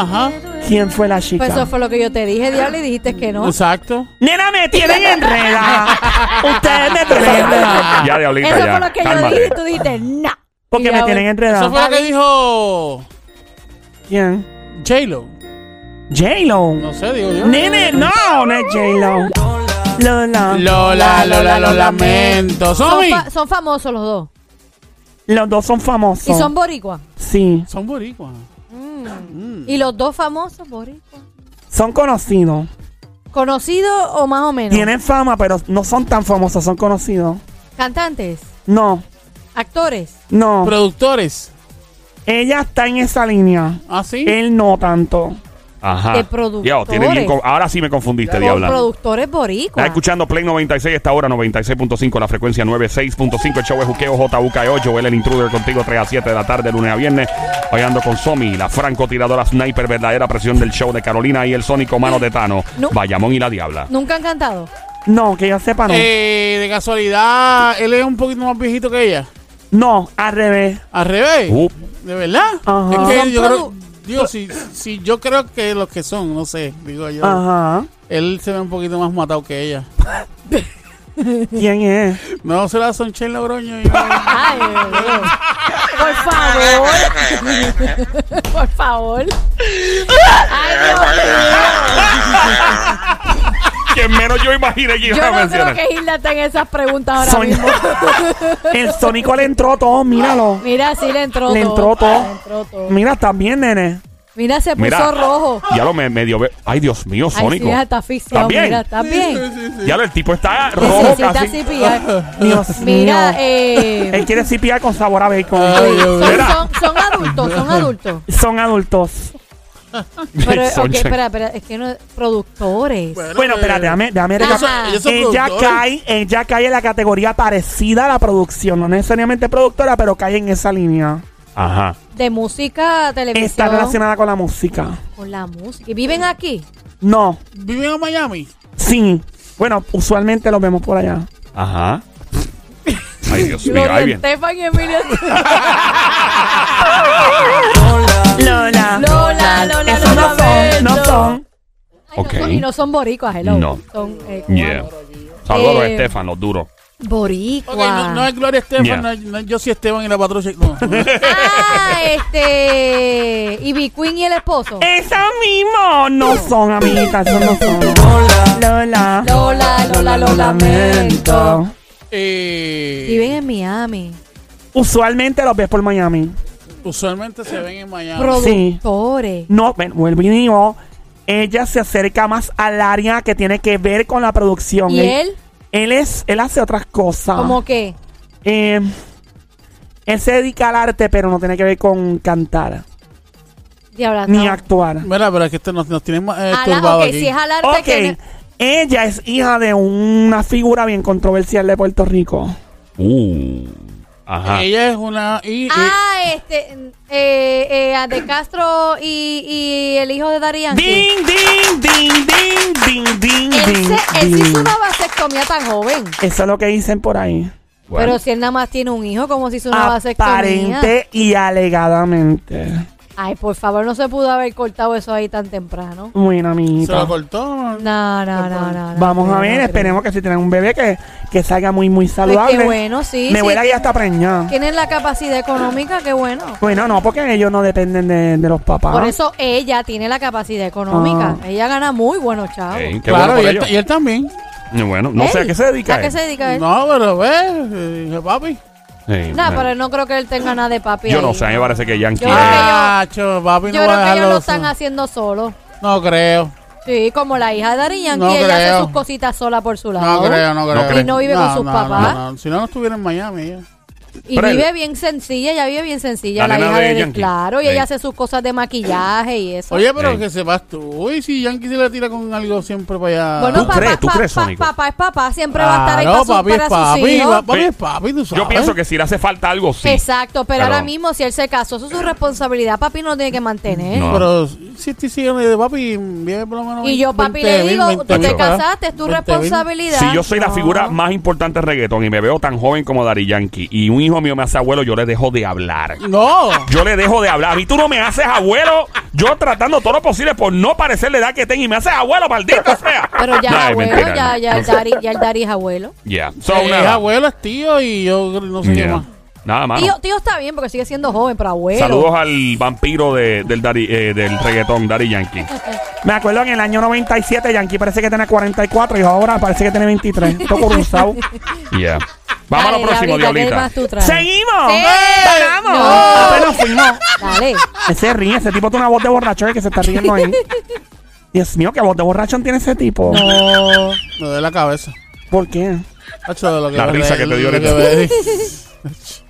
D: ajá, ajá.
F: ¿Quién fue la chica?
E: Pues eso fue lo que yo te dije, diablo, y dijiste que no.
D: Exacto.
F: Nena, me tienen enredada. Ustedes me tienen enredada.
A: Ya, Diablita,
E: Eso
A: ya.
E: fue lo que yo
A: Cálmate.
E: dije y tú dijiste no.
F: Porque
E: Y ya,
F: me tienen
D: Eso
F: enredada.
D: fue lo que dijo
F: ¿Quién?
D: J-Lo.
F: J-Lo.
D: No sé, digo yo.
F: Nene, no, no es J-Lo. Lola.
D: Lola, Lola, lo lamento.
E: Son,
D: Somi.
E: fa- son famosos los dos.
F: Los dos son famosos.
E: Y son boricua.
F: Sí.
D: Son boricuas.
E: Mm. Y los dos famosos boricuas.
F: Son conocidos.
E: ¿Conocidos o más o menos?
F: Tienen fama, pero no son tan famosos, son conocidos.
E: Cantantes,
F: No,
E: actores.
F: no.
D: Productores. ¿Ah,
F: Ella está en esa línea.
D: ¿Así?
F: Él no tanto.
A: Ajá.
E: De productores.
A: Diablo, tiene bien co- ahora sí me confundiste,
E: Con
A: Diabla.
E: productores
A: Estás
D: Ah,
E: boricuas.
A: escuchando Play 96, esta hora 96.5, la frecuencia 96.5, el show es Juqueo JUKEO, Joel E el Intruder contigo 3 a 7 de la tarde, lunes a viernes. Hoy ando con Somi, la francotiradora sniper, verdadera presión del show de Carolina y el sónico mano de Tano,
E: No.
A: Bayamón y la Diabla.
E: Nunca han cantado.
F: No, que yo sepa, no.
D: Eh, de casualidad, él es un poquito más viejito que ella.
F: No, al revés.
D: Al revés.
A: Uh,
D: ¿De verdad?
F: Ajá.
D: Es
E: Son
D: que yo creo,
E: produ-
D: digo, si, si yo creo que los que son, no sé, digo yo.
F: Ajá.
D: Él se ve un poquito más matado que ella.
F: ¿Quién es?
D: No se la son Chen Logroño. y-
E: Ay, por favor. por favor. Ay, Dios mío.
A: quien menos yo imaginé que iba
E: Yo
A: a
E: no creo
A: mencionar.
E: que Hilda está en esas preguntas ahora
F: Soñ-
E: mismo.
F: El Sónico le entró todo, míralo.
E: Mira, sí le entró
F: Le entró
E: todo. Ah,
F: todo.
E: Le entró todo.
F: Mira, también, nene.
E: Mira, se puso
A: Mira.
E: rojo.
A: Ya lo me, medio ve- Ay, Dios mío,
E: Ay, sí,
A: Sónico.
E: ya está asfixiado.
A: ¿También?
E: Mira, está bien.
A: Ya lo, el tipo está rojo
E: Necesita
A: casi.
E: CPR.
F: Dios
E: Mira,
F: mío.
E: eh,
F: Él quiere cipiar con sabor a bacon.
D: Ay, Dios mío.
E: son,
A: Mira.
E: son- son adultos, son adultos.
F: Son adultos.
E: Pero, ok,
A: Sonchen.
E: espera, espera, es que no, productores.
F: Bueno, espérate, déjame, déjame
E: Ellos son-
F: recap-
D: ellos son
F: Ella
D: productores.
F: cae, ella cae en la categoría parecida a la producción. No necesariamente productora, pero cae en esa línea.
A: Ajá.
E: De música,
F: Está
E: televisión.
F: relacionada con la música.
E: Con la música. ¿Y viven aquí?
F: No,
D: ¿Viven en Miami?
F: sí. Bueno, usualmente los vemos por allá.
A: Ajá. Ay, Dios mío, ahí bien.
E: Estefan y Emilio.
F: Lola.
E: Lola, Lola,
F: Esos no
E: Lola,
F: son, no
E: Lola.
F: son.
E: Ay, no
A: Ok.
E: son- y no son boricuas, hello.
A: No.
E: Son eh,
A: Yeah.
E: cubanos.
A: Saludos a los
E: Eh,
A: Estefan, los duros.
E: Boricua.
D: Ok, no, no es Gloria Estefan,
A: Yeah.
D: no, es- no es Josie Esteban y la patrulla. No.
E: Ah, este. Y B Queen y el esposo.
F: Esa mismo. No son, amiguitas, esos no son. Lola.
E: Lola, Lola, lo lamento. Viven
D: eh,
E: en Miami.
F: Usualmente los ves por Miami.
D: usualmente se ven en Miami.
E: Productores.
F: No, ven, vuelvo y digo, ella se acerca más al área que tiene que ver con la producción.
E: ¿Y él?
F: Él es, él hace otras cosas.
E: ¿Cómo qué?
F: Eh, él se dedica al arte, pero no tiene que ver con cantar
E: Diabla,
F: ni
E: no.
F: actuar.
D: Mira, pero es que este nos, nos tiene más eh,
E: Ala-
D: turbado
E: Ah, ok,
D: aquí.
E: si es al arte
F: Ok,
E: que...
F: ella es hija de una figura bien controversial de Puerto Rico.
A: Uh. Ajá.
E: eh,
D: Ella es una... Y, y-
E: Ah, este... eh, eh, a de Castro y, y el hijo de Darían. Él,
F: Ding, ding, ding, ding, ding, ding,
E: se,
F: ding,
E: él se
F: ding.
E: hizo una vasectomía tan joven.
F: Eso es lo que dicen por ahí.
A: Bueno.
E: Pero si él nada más tiene un hijo, como si hizo una vasectomía.
F: Aparente y alegadamente.
E: Ay, por favor, no se pudo haber cortado eso ahí tan temprano.
F: Bueno,
D: ¿Se
F: amiguita.
D: lo cortó?
E: No, no, no, no. no,
F: Vamos
E: no
F: a ver,
E: creo.
F: esperemos que si tienen un bebé que, que salga muy, muy
E: Pues
F: saludable.
E: qué bueno, sí.
F: Me
E: sí,
F: huele que ya está preñada.
E: Tienen la capacidad económica, qué bueno.
F: Bueno, no, porque ellos no dependen de, de los papás.
D: Ah.
E: Por eso ella tiene la capacidad económica.
F: Ah.
E: Ella gana muy buenos chavos.
A: Ey, qué bueno
D: Claro,
A: por
D: y, él,
A: ellos.
D: y él también.
A: Eh, Bueno, no sé a
E: Él,
A: qué se dedica.
E: ¿A qué
A: él?
E: se dedica él? No,
D: No, pero ve, eh, papi.
A: Sí, bueno.
E: pero no creo que él tenga nada de papi.
A: Yo
E: ahí.
A: no sé, a mí me parece que Yankee.
E: Yo
A: es-
E: creo que
D: Ah, cho, papi
E: Yo
D: no va a
E: creo que ellos
D: dejarlo
E: lo están
D: solo.
E: haciendo solo.
D: No creo,
E: Sí, como la hija de Dari Yankee,
D: No
E: ella hace
D: creo.
E: sus cositas sola por su
D: no
E: lado.
D: creo, no creo.
A: creo. Y
E: no vive con sus
D: no,
E: papás.
D: no, no. Si no, no estuviera en Miami. ella.
E: Y
A: Pero él-
E: vive bien sencilla, ella vive bien sencilla,
A: La
E: la,
A: nena
E: hija
A: de
E: de,
A: Yankee.
E: Claro, y
A: Sí.
E: ella hace sus cosas de maquillaje y eso.
D: Oye, pero
A: Ey.
D: que sepas tú. Uy, si Yankee se le tira con algo siempre para allá.
E: bueno,
A: ¿Tú
E: papá,
A: crees? ¿Tú
E: pa-
A: crees,
E: pa-
A: Sónico?
E: papá es papá, siempre va a estar ahí para,
D: Ah. Claro,
E: su- para sus
D: papi,
E: hijos.
D: va- papi es papi, tú sabes.
A: Yo pienso que si le hace falta algo, sí.
E: Exacto, pero
A: Claro.
E: ahora mismo si él se casó, eso es su responsabilidad, papi no lo tiene que mantener.
A: No.
D: Pero si te siguen de papi, viene por lo menos.
E: Y yo, papi, le
D: 20.000,
E: digo, tú
D: 20.000
E: te
D: para acá.
E: casaste, es tu
D: 20.000.
E: responsabilidad.
A: Si yo soy la
E: No.
A: figura más importante de reggaetón y me veo tan joven como Dari Yankee y un hijo mío me hace abuelo, yo le dejo de hablar.
D: No.
A: Yo le dejo de hablar. Y tú no me haces abuelo. Yo tratando todo lo posible por no parecer la edad que tengo y me haces abuelo, maldito sea.
E: Pero ya
A: No,
E: es
A: es
E: abuelo,
A: mentira,
E: ya,
A: no.
E: ya, el daddy, Eh, ya el daddy es abuelo.
A: Yeah. So,
D: Es
A: nada.
D: abuelo, es tío y yo no sé qué
A: Yeah.
D: más.
A: Nada más.
E: Tío, tío está bien porque sigue siendo joven, pero abuelo.
A: Saludos al vampiro de- del, Daddy- eh, del reggaetón, Dari Yankee.
F: Me acuerdo en el año 97, Yankee parece que tiene 44 y ahora parece que tiene 23. Todo cruzado.
A: Yeah. Vamos a lo próximo,
E: ¿Qué
A: Diablita.
E: más tú traes?
F: ¡Seguimos!
E: Sí.
F: ¡Vamos!
E: No.
F: Apenas fuimos.
E: Dale.
F: Ese ríe, ese tipo tiene una voz de borrachón que se está riendo ahí. Dios mío, qué voz de borrachón tiene ese tipo.
D: No, me duele la cabeza.
F: ¿Por qué?
D: Hacho, de lo que
A: La risa que te dio
D: lo
A: ahorita.
D: ve-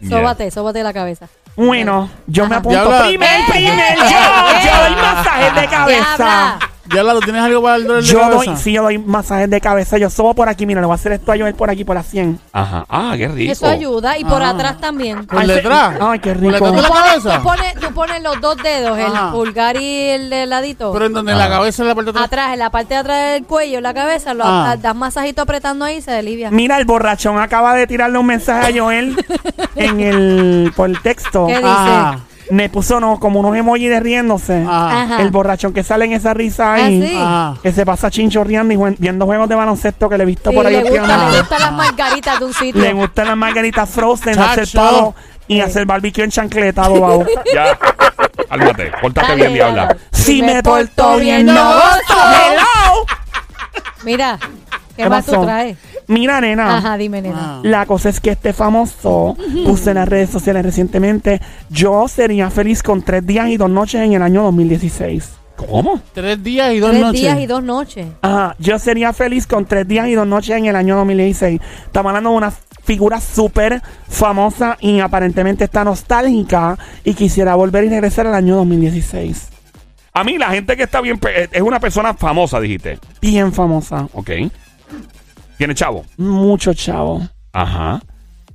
A: Yeah.
E: Sóbate, sóbate la cabeza.
F: Bueno, yo me apunto.
D: Diabla.
F: Primer, primer, yo,
E: eh,
F: yo doy masajes de cabeza.
E: Diabla.
D: Diabla, ¿tú tienes algo para el dolor de
F: Yo
D: cabeza?
F: doy, sí, yo doy masajes de cabeza. Yo subo por aquí, mira, le voy a hacer esto a Joel por aquí, por la 100.
A: Ajá. Ah, qué rico.
E: Eso ayuda. Y por
D: Ah.
E: atrás también.
D: ¿Con
F: Ay,
D: letra?
F: se- ay, qué
D: ¿Con
F: rico.
D: letra de la
E: Tú pones,
D: cabeza?
E: tú, pones, tú pones los dos dedos,
D: Ajá.
E: el pulgar y el del ladito.
D: Pero en
A: Ah.
D: donde la cabeza es la parte de atrás.
E: atrás, en la parte de atrás del cuello, en la cabeza, lo
D: Ah.
E: a- das masajito apretando ahí y se alivia.
F: Mira, el borrachón acaba de tirarle un mensaje a Joel en el, por el texto.
E: ¿Qué dice?
D: Ajá.
F: Me puso no, como unos emojis de riéndose.
D: Ajá.
E: Ajá.
F: ah, El borrachón que sale en esa risa
E: Ah,
F: ahí.
E: sí.
D: Ajá.
F: Que se pasa chinchorreando y jue- viendo juegos de baloncesto que le he visto
E: Sí,
F: por ahí
E: le, gusta,
F: últimamente.
E: le gustan las margaritas de un sitio.
F: Le gustan las margaritas frozen,
D: Chacho.
F: hacer pavo y hacer barbecue en chancleta, bobao.
A: Ya. Cálmate. Portate
E: Dale,
A: bien, diabla.
E: dale.
F: si me porto bien, no gozo. Hello.
E: Mira, ¿qué,
F: ¿Qué
E: más tú
F: pasó?
E: traes?
F: Mira, nena.
E: Ajá, dime, nena.
D: Ah.
F: La cosa es que este famoso puso en las redes sociales recientemente, yo sería feliz con tres días y dos noches en el año 2016.
A: ¿Cómo?
D: Tres días y dos
E: Tres
D: noches.
E: días y dos noches.
F: Ajá, yo sería feliz con tres días y dos noches en el año 2016. Estamos hablando de una figura súper famosa y aparentemente está nostálgica y quisiera volver y regresar al año 2016.
A: A mí la gente que está bien pe- eh, es una persona famosa, dijiste.
F: Bien famosa,
A: Ok. Tiene chavo.
F: mucho chavo.
A: Ajá.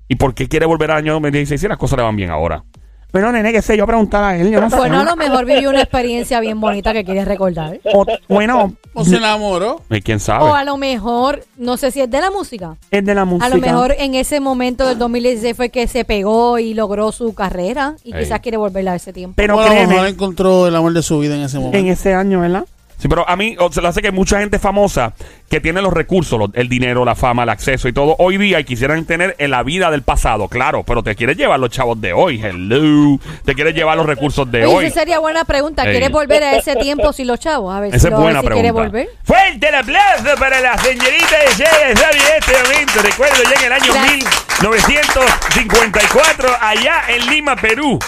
A: ¿Y por qué quiere volver al año 2016 si las cosas le van bien ahora?
F: Pero nene, qué sé yo, preguntar a él, yo no sé.
E: Bueno, a lo mejor vivió una experiencia bien bonita que quieres recordar.
F: O- bueno,
D: O se enamoró.
A: Eh, ¿Quién
E: O
A: sabe?
E: a lo mejor, no sé si es de la música.
F: es de la música.
E: A lo mejor en ese momento del 2016 fue que se pegó y logró su carrera y
A: Ey.
E: quizás quiere volverla a ese tiempo.
F: Pero
D: o a lo mejor
F: créeme,
D: encontró el amor de su vida en ese momento.
F: en ese año, ¿verdad?
A: Sí, pero a mí o se lo hace que mucha gente famosa que tiene los recursos, los- el dinero, la fama, el acceso y todo hoy día y quisieran tener en la vida del pasado, claro, pero te quieres llevar los chavos de hoy, hello, te quieres llevar los recursos de
E: Oye,
A: hoy.
E: esa sería buena pregunta.
A: Ey.
E: ¿Quieres volver a ese tiempo si los chavos? A ver
A: Esa
E: si,
A: es
E: lo- a ver
A: buena
E: si
A: pregunta.
E: quiere volver.
A: Fuerte el aplauso para la señorita de Xavi en este momento. Recuerdo ya en el año
E: Gracias.
A: 1954, allá en Lima, Perú.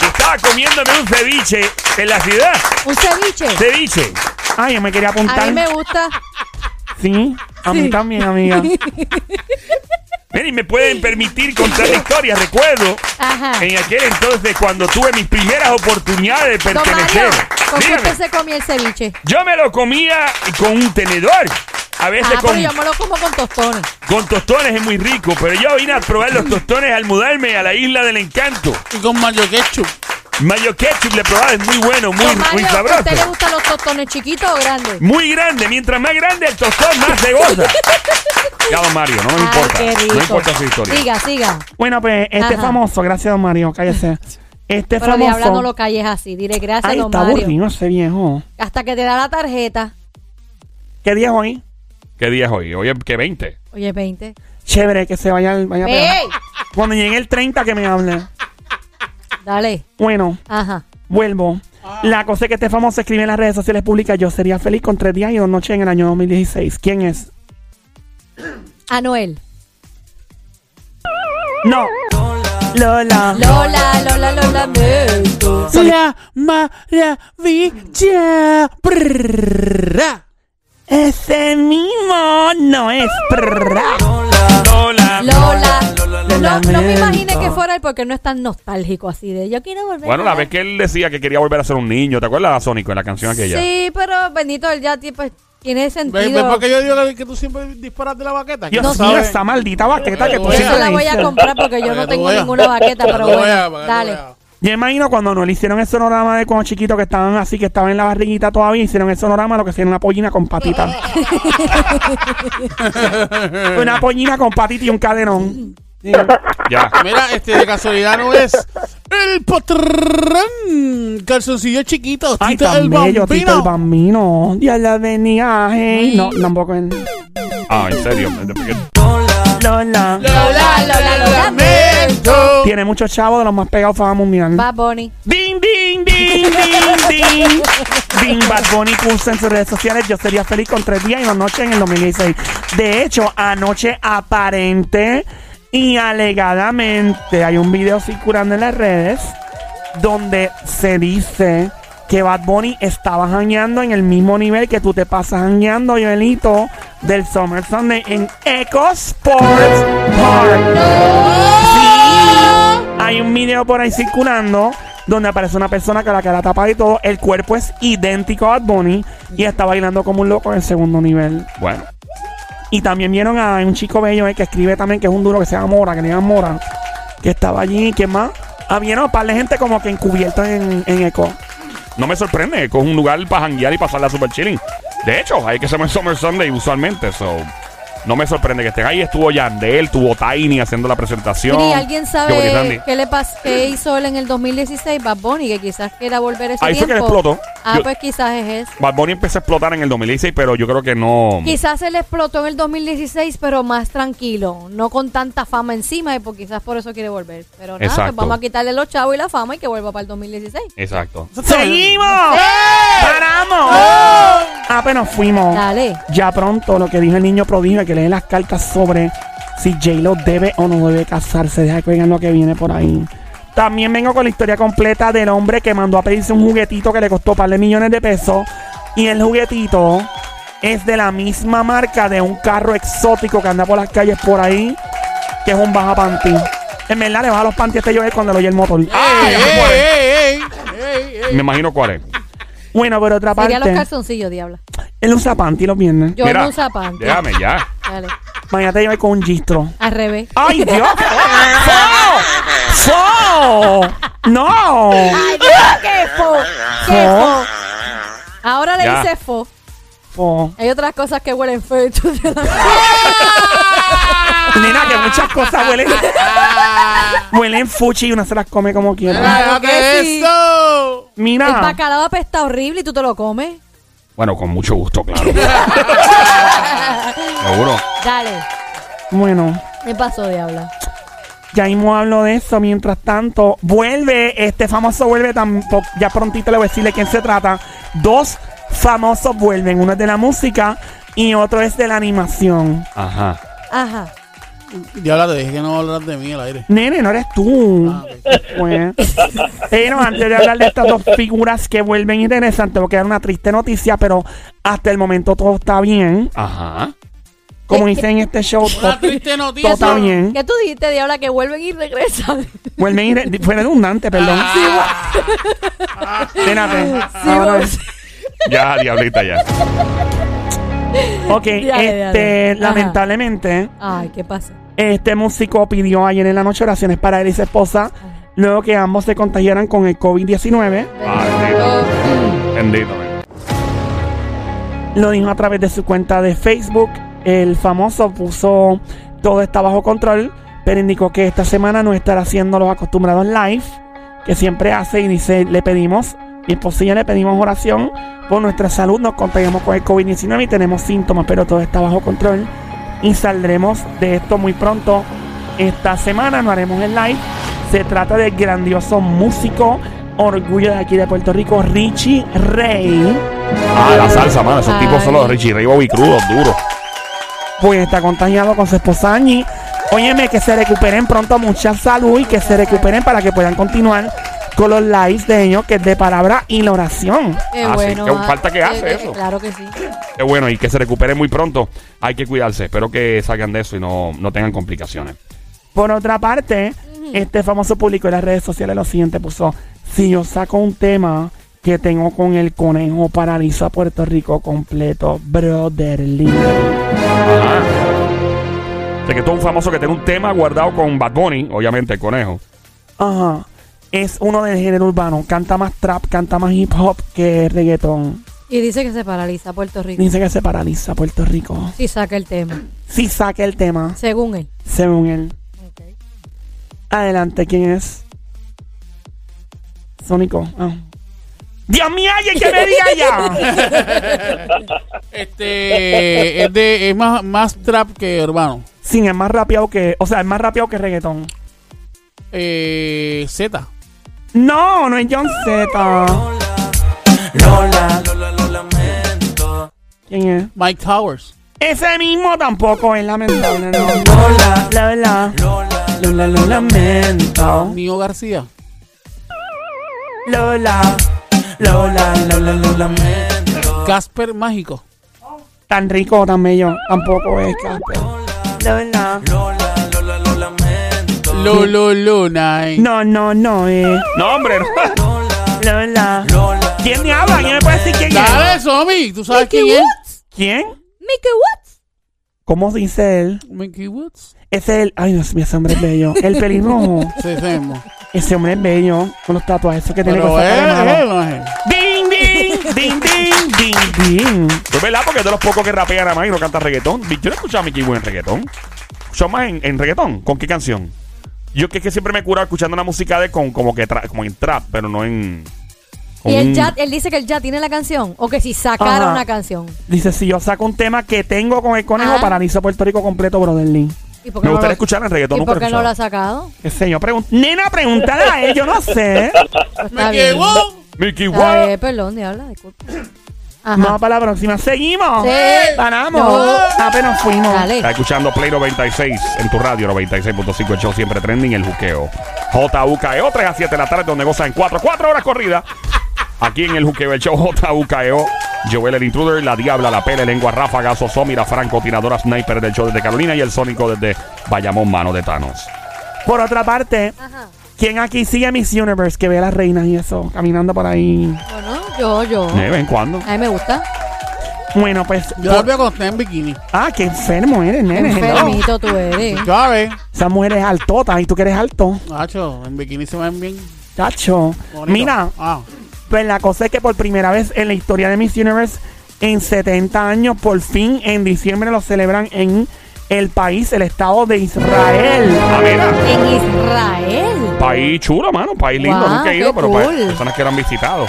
A: Estaba comiéndome un ceviche en la ciudad.
E: Un ceviche.
A: Ceviche.
F: Ay, Ah, yo me quería apuntar.
E: A mí me gusta.
F: Sí, a mí
E: Sí.
F: también, amiga.
A: Miren, me pueden permitir contar la historia. Recuerdo
E: Ajá.
A: en aquel entonces cuando tuve mis primeras oportunidades de
E: Don Mario,
A: pertenecer.
E: ¿con qué
A: Dígame,
E: usted se comía el ceviche?
A: yo me lo comía con un tenedor. A veces
E: Ah,
A: con
E: pero yo me lo como con tostones.
A: Con tostones es muy rico, pero yo vine a probar los tostones al mudarme a la isla del encanto.
D: Y con mayo ketchup.
A: Mayo ketchup le probaba, es muy bueno, muy,
E: Don
A: muy
E: Mario, ¿a
A: sabroso.
E: usted le gustan los tostones chiquitos o grandes?
A: Muy grande, mientras más grande el tostón, más se goza. ya, don Mario, no me
E: Ay,
A: importa.
E: qué rico.
A: No importa su historia.
E: Siga, siga.
F: Bueno, pues este
E: Ajá.
F: famoso, gracias don Mario, cállese. Este
E: Pero
F: famoso.
E: diabla no lo calles así. Dile gracias,
F: Ay,
E: don
F: está
E: Mario.
F: aburrido ese viejo.
E: Hasta que te da la tarjeta.
F: ¿Qué día es hoy?
A: ¿Qué día es hoy? Hoy es que 20.
E: Oye, 20.
F: Chévere, que se vaya, al- vaya a pegar.
E: ¡Ey!
F: Cuando llegue el 30 que me hable.
E: Dale.
F: Bueno,
E: Ajá.
F: vuelvo. La cosa es que este famoso escribe en las redes sociales públicas, yo sería feliz con tres días y dos noches en el año 2016. ¿Quién es?
E: Anuel.
F: No. Lola.
E: Lola, Lola, Lola. Lola.
D: La maravilla. Brrrra.
F: Ese mismo no es. Prrra.
A: Lola.
E: Lola. No, no me
F: Lamento.
E: imaginé que fuera él porque no es tan nostálgico así de yo quiero volver.
A: Bueno,
E: a
A: la
E: ver".
A: vez que él decía que quería volver a ser un niño, ¿te acuerdas a Sónico en la canción aquella?
E: Sí, pero bendito él ya tipo, tiene
D: ¿Ves, ves
E: sentido.
D: por qué yo digo que, que tú siempre disparas de la baqueta?
F: Dios
D: No
F: mío,
D: sabes.
F: esa maldita baqueta que tú
D: Yo
E: Yo
F: siempre
E: la voy a
F: dices.
E: comprar porque yo
D: Para
E: no
D: que tú
E: tengo
D: veas.
E: ninguna baqueta,
D: Para que
E: pero
D: tú
E: bueno,
D: veas, para que tú
E: dale.
D: veas.
F: Yo imagino cuando no le hicieron el sonorama de cuando chiquito que estaban así, que estaban en la barriguita todavía, hicieron el sonorama, lo que hicieron una pollina con patita. una pollina con patita y un cadenón. Sí.
A: Ya.
D: Mira, este de casualidad no es el patrón. Calzoncillo chiquito.
F: Ay,
D: Tito
F: tan
D: el
F: bello, Tito
D: bambino.
F: el bambino. Ya la venía, hey. No, tampoco en.
A: Ah, en serio.
F: Lola.
E: Lola, Lola, Lola.
D: Lamento.
F: Tiene muchos chavos de los más pegados fama mundial.
E: Va, Bonnie.
F: Ding, ding, ding, ding, ding. Ding Bad Bunny puso en sus redes sociales. Yo sería feliz con tres días y una noche en el 2016. De hecho, anoche aparente Y alegadamente hay un video circulando en las redes donde se dice que Bad Bunny estaba jangueando en el mismo nivel que tú te pasas jangueando, Joelito, del Summer Sunday en Eco Sports Park. Sí. Hay un video por ahí circulando donde aparece una persona con la cara tapada y todo. El cuerpo es idéntico a Bad Bunny y está bailando como un loco en el segundo nivel.
A: Bueno,
F: Y también vieron a un chico bello eh, que escribe también que es un duro que se llama Mora, que le llaman Mora, que estaba allí, ¿quién más? Ah, vieron un par de gente como que encubierto en, en Eco.
A: no me sorprende. Eco Es un lugar para janguear y pasarla super chilling. De hecho, hay que se llama Summer Sunday usualmente. So, no me sorprende que estén ahí. Estuvo Yandel, estuvo Tiny haciendo la presentación.
E: Y alguien
A: Qué bonito, Andy.
E: sabe qué le pas- qué hizo él en el 2016, Bad Bunny, que quizás quiera volver a ese
A: Ahí fue
E: tiempo.
A: que le explotó.
E: Ah,
A: Yo-
E: pues quizás es eso.
A: Bad Bunny empezó a explotar en el 2016, pero yo creo que no.
E: Quizás se le explotó en el 2016, pero más tranquilo, no con tanta fama encima, y por- quizás por eso quiere volver. Pero nada,
A: Exacto.
E: pues vamos a quitarle los chavos y la fama y que vuelva para el 2016.
A: Exacto.
F: ¡Seguimos! ¡Paramos! Ah, pero nos fuimos.
E: Dale.
F: Ya pronto lo que dijo el niño prodigio, que lee las cartas sobre si J-Lo debe o no debe casarse. Deja que vean lo que viene por ahí. También vengo con la historia completa del hombre que mandó a pedirse un juguetito que le costó par de millones de pesos. Y el juguetito es de la misma marca de un carro exótico que anda por las calles por ahí, que es un baja panty. En verdad le baja los panty a este Joel cuando le oye el motor.
A: ¡Ay, ya me muero!
D: ey, ey, ey, ey.
A: Me imagino cuál es.
F: Bueno, pero otra
E: Sería los
F: parte,
E: calzoncillos, diabla.
F: él usa panty los viernes.
E: Yo
A: Mira,
E: no usa panty.
A: Déjame ya.
E: Dale.
F: Mañana te lleva con un gistro.
E: Al revés.
A: Ah.
F: ¡Ay, Dios! ¡Fo! ¡Fo! ¡No!
E: Ay, Dios, qué fo. Qué fo. Ahora le
A: Ya.
E: dice fo.
F: ¡Fo!
E: Hay otras cosas que huelen feo. y tú te las-
F: Nena, que muchas cosas huelen. huelen fuchi y una se las come como quiera.
E: Claro
D: ¡Déjate
E: que sí.
D: eso!
E: El
F: Mira,
E: bacalao apesta horrible y tú te lo comes.
A: Bueno, con mucho gusto, claro. Seguro.
E: Dale.
F: bueno,
E: ¿Qué pasó, diabla?
F: ya mismo hablo de eso. Mientras tanto, vuelve, este famoso vuelve, tan, po- ya prontito le voy a decirle quién se trata. Dos famosos vuelven, uno es de la música y otro es de la animación.
A: Ajá.
E: Ajá.
D: Diabla, te dije que no hablaras de mí al aire.
F: Nene, no eres tú.
D: Ah, ok.
F: Pues. Pero antes de hablar de estas dos figuras que vuelven interesantes, porque era una triste noticia, pero hasta el momento todo está bien.
A: Ajá.
F: Como
E: ¿Qué-
F: dicen en este show,
D: Una
F: to-
D: triste noticia.
F: todo
E: Tota
F: está bien.
E: ¿Qué tú dijiste, diabla? Que vuelven y regresan.
F: Vuelven y re- fue redundante, perdón. Espérate.
E: Ah.
F: Ah,
E: Sí,
F: Ahora-
E: vos-
A: Ya, diablita, ya.
F: ok,
E: Dale,
F: este,
E: dale. Ajá.
F: lamentablemente,
E: Ay, ¿qué pasa?
F: este músico pidió ayer en la noche oraciones para él y su esposa, luego que ambos se contagiaran con el COVID-19.
A: Maldito. Bendito. men.
F: Lo dijo a través de su cuenta de Facebook. El famoso puso todo está bajo control, pero indicó que esta semana no estará haciendo los acostumbrados live que siempre hace y dice, le pedimos, mi esposa y yo le pedimos oración por nuestra salud, nos contagiamos con el COVID-19 y tenemos síntomas, pero todo está bajo control y saldremos de esto muy pronto. Esta semana no haremos el live. Se trata del grandioso músico, orgullo de aquí de Puerto Rico, Richie Rey.
A: Ah, la salsa, mano. Esos
E: Ay.
A: tipos son los Richie Ray y crudos, duros.
F: pues está contagiado con su esposa Angie. Óyeme, que se recuperen pronto, mucha salud y que se recuperen para que puedan continuar con los lives de ellos, que es de palabra y la oración.
E: Qué
A: Ah, sí,
E: bueno.
A: qué
E: ah,
A: falta que
E: eh,
A: hace
E: eh,
A: eso.
E: Claro que sí.
A: Qué bueno, y que se recupere muy pronto. Hay que cuidarse. Espero que salgan de eso y no, no tengan complicaciones.
F: Por otra parte, este famoso público en las redes sociales lo siguiente puso, si yo saco un tema que tengo con el conejo paralizo a Puerto Rico completo, brotherly.
A: Ajá. Sé que todo un famoso que tiene un tema guardado con Bad Bunny, obviamente el conejo.
F: Ajá. Es uno del género urbano, canta más trap, canta más hip hop que reggaetón.
E: Y dice que se paraliza Puerto Rico.
F: Dice que se paraliza Puerto Rico.
E: Si saca el tema,
F: Si saca el tema.
E: según él.
F: Según él.
E: Ok.
F: Adelante, ¿quién es? Sónico. Ah. ¡Dios mío, alguien que me diga ya!
D: Este, es, de, es más, más trap que urbano.
F: Sin es más rápido que. O sea, es más rápido que reggaetón.
D: Eh, Z.
F: No, no es John Z.
B: Lola, Lola, lo lamento.
F: ¿Quién es?
D: Mike Towers.
F: Ese mismo tampoco es lamentable, no. Lola, la verdad. Lola, Lola, lo lamento.
D: Nio García.
F: Lola, Lola, Lola, lo lamento.
D: Casper Mágico.
F: Tan rico, tan bello, tampoco es Casper. Lola,
D: Lulu Luna.
F: no, no, no eh. es.
A: No, hombre. no.
F: Lola. ¿Quién me habla? ¿Quién me puede decir quién es?
D: Dale, Somi. ¿Tú sabes quién es?
F: ¿Quién?
E: Mickey Woods.
F: ¿Cómo dice él?
D: Mickey Woods.
F: Es el. Ay, Dios mío, ese hombre es bello. El pelirrojo.
D: Sí, sabemos.
F: Ese hombre es bello. Con los tatuajes esos que tiene
D: Pero
F: con esa cara mala.
D: eh, eh, no es él.
F: Ding, ding, ding, ding, ding, ding.
A: Es Pues, verdad, porque es de los pocos que rapean nada más y no canta reggaetón. Yo no escuchaba a Mickey Way en reggaetón. Yo más en, en reggaetón. ¿Con qué canción? Yo que es que siempre me he curado escuchando la música de con, como que tra- como en trap, pero no en.
E: Y él
A: un-
E: ya, él dice que él ya tiene la canción. O que si sacara
F: Ajá.
E: una canción.
F: Dice, si yo saco un tema que tengo con el conejo,
E: Ajá.
F: paralizo Puerto Rico completo, brother Lee.
E: ¿Y por qué
A: Me
E: no
A: gustaría
E: lo-
A: escuchar en
E: ¿Y
A: reggaetón. nunca
E: por
A: lo he
E: qué no lo ha
A: escuchado.
E: sacado?
F: Qué sé yo, pregun- Nena, pregúntale a él, yo no sé.
E: Pero está
D: Mickey
E: bien.
D: Woods.
A: Mickey
E: Está
A: Way.
E: bien, perdón, diabla, disculpa. Ajá.
F: Vamos para la próxima. Seguimos.
E: Sí.
F: Paramos.
E: No.
F: Ah, pero nos fuimos.
E: Dale.
A: Está escuchando Play 96 en tu radio 96.5, el show siempre trending, el juqueo. JUKEO, 3 E a 7 de la tarde, donde gozan 4, 4 horas corridas. Aquí en el juqueo, el show JUKEO. E Joel el intruder, la diabla, la pele, lengua, ráfaga, sosomi, la francotiradora, sniper del show desde Carolina y el sónico desde Bayamón, mano de Thanos.
F: Por otra parte,
E: Ajá.
F: ¿quién aquí sigue a Miss Universe que ve a las reinas y eso caminando por ahí?
E: Bueno, yo, yo.
A: De vez en cuando.
E: A mí me gusta.
F: Bueno, pues.
D: Yo la veo cuando está en bikini.
F: Ah, qué enfermo eres, nene. hello.
E: Enfermito tú eres.
D: ¿Sabes?
F: Esa mujer es altota y tú que eres alto.
D: Nacho, en bikini se ven bien.
F: Chacho.
D: bonitos.
F: Mira,
D: Ah,
F: pues la cosa es que por primera vez en la historia de Miss Universe, en 70 años, por fin en diciembre lo celebran en el país, el Estado de Israel.
A: Ah, mira.
E: En Israel.
A: País chulo, mano. País lindo.
E: Guau,
A: nunca he ido,
E: qué
A: pero para
E: cool.
A: personas que lo han visitado.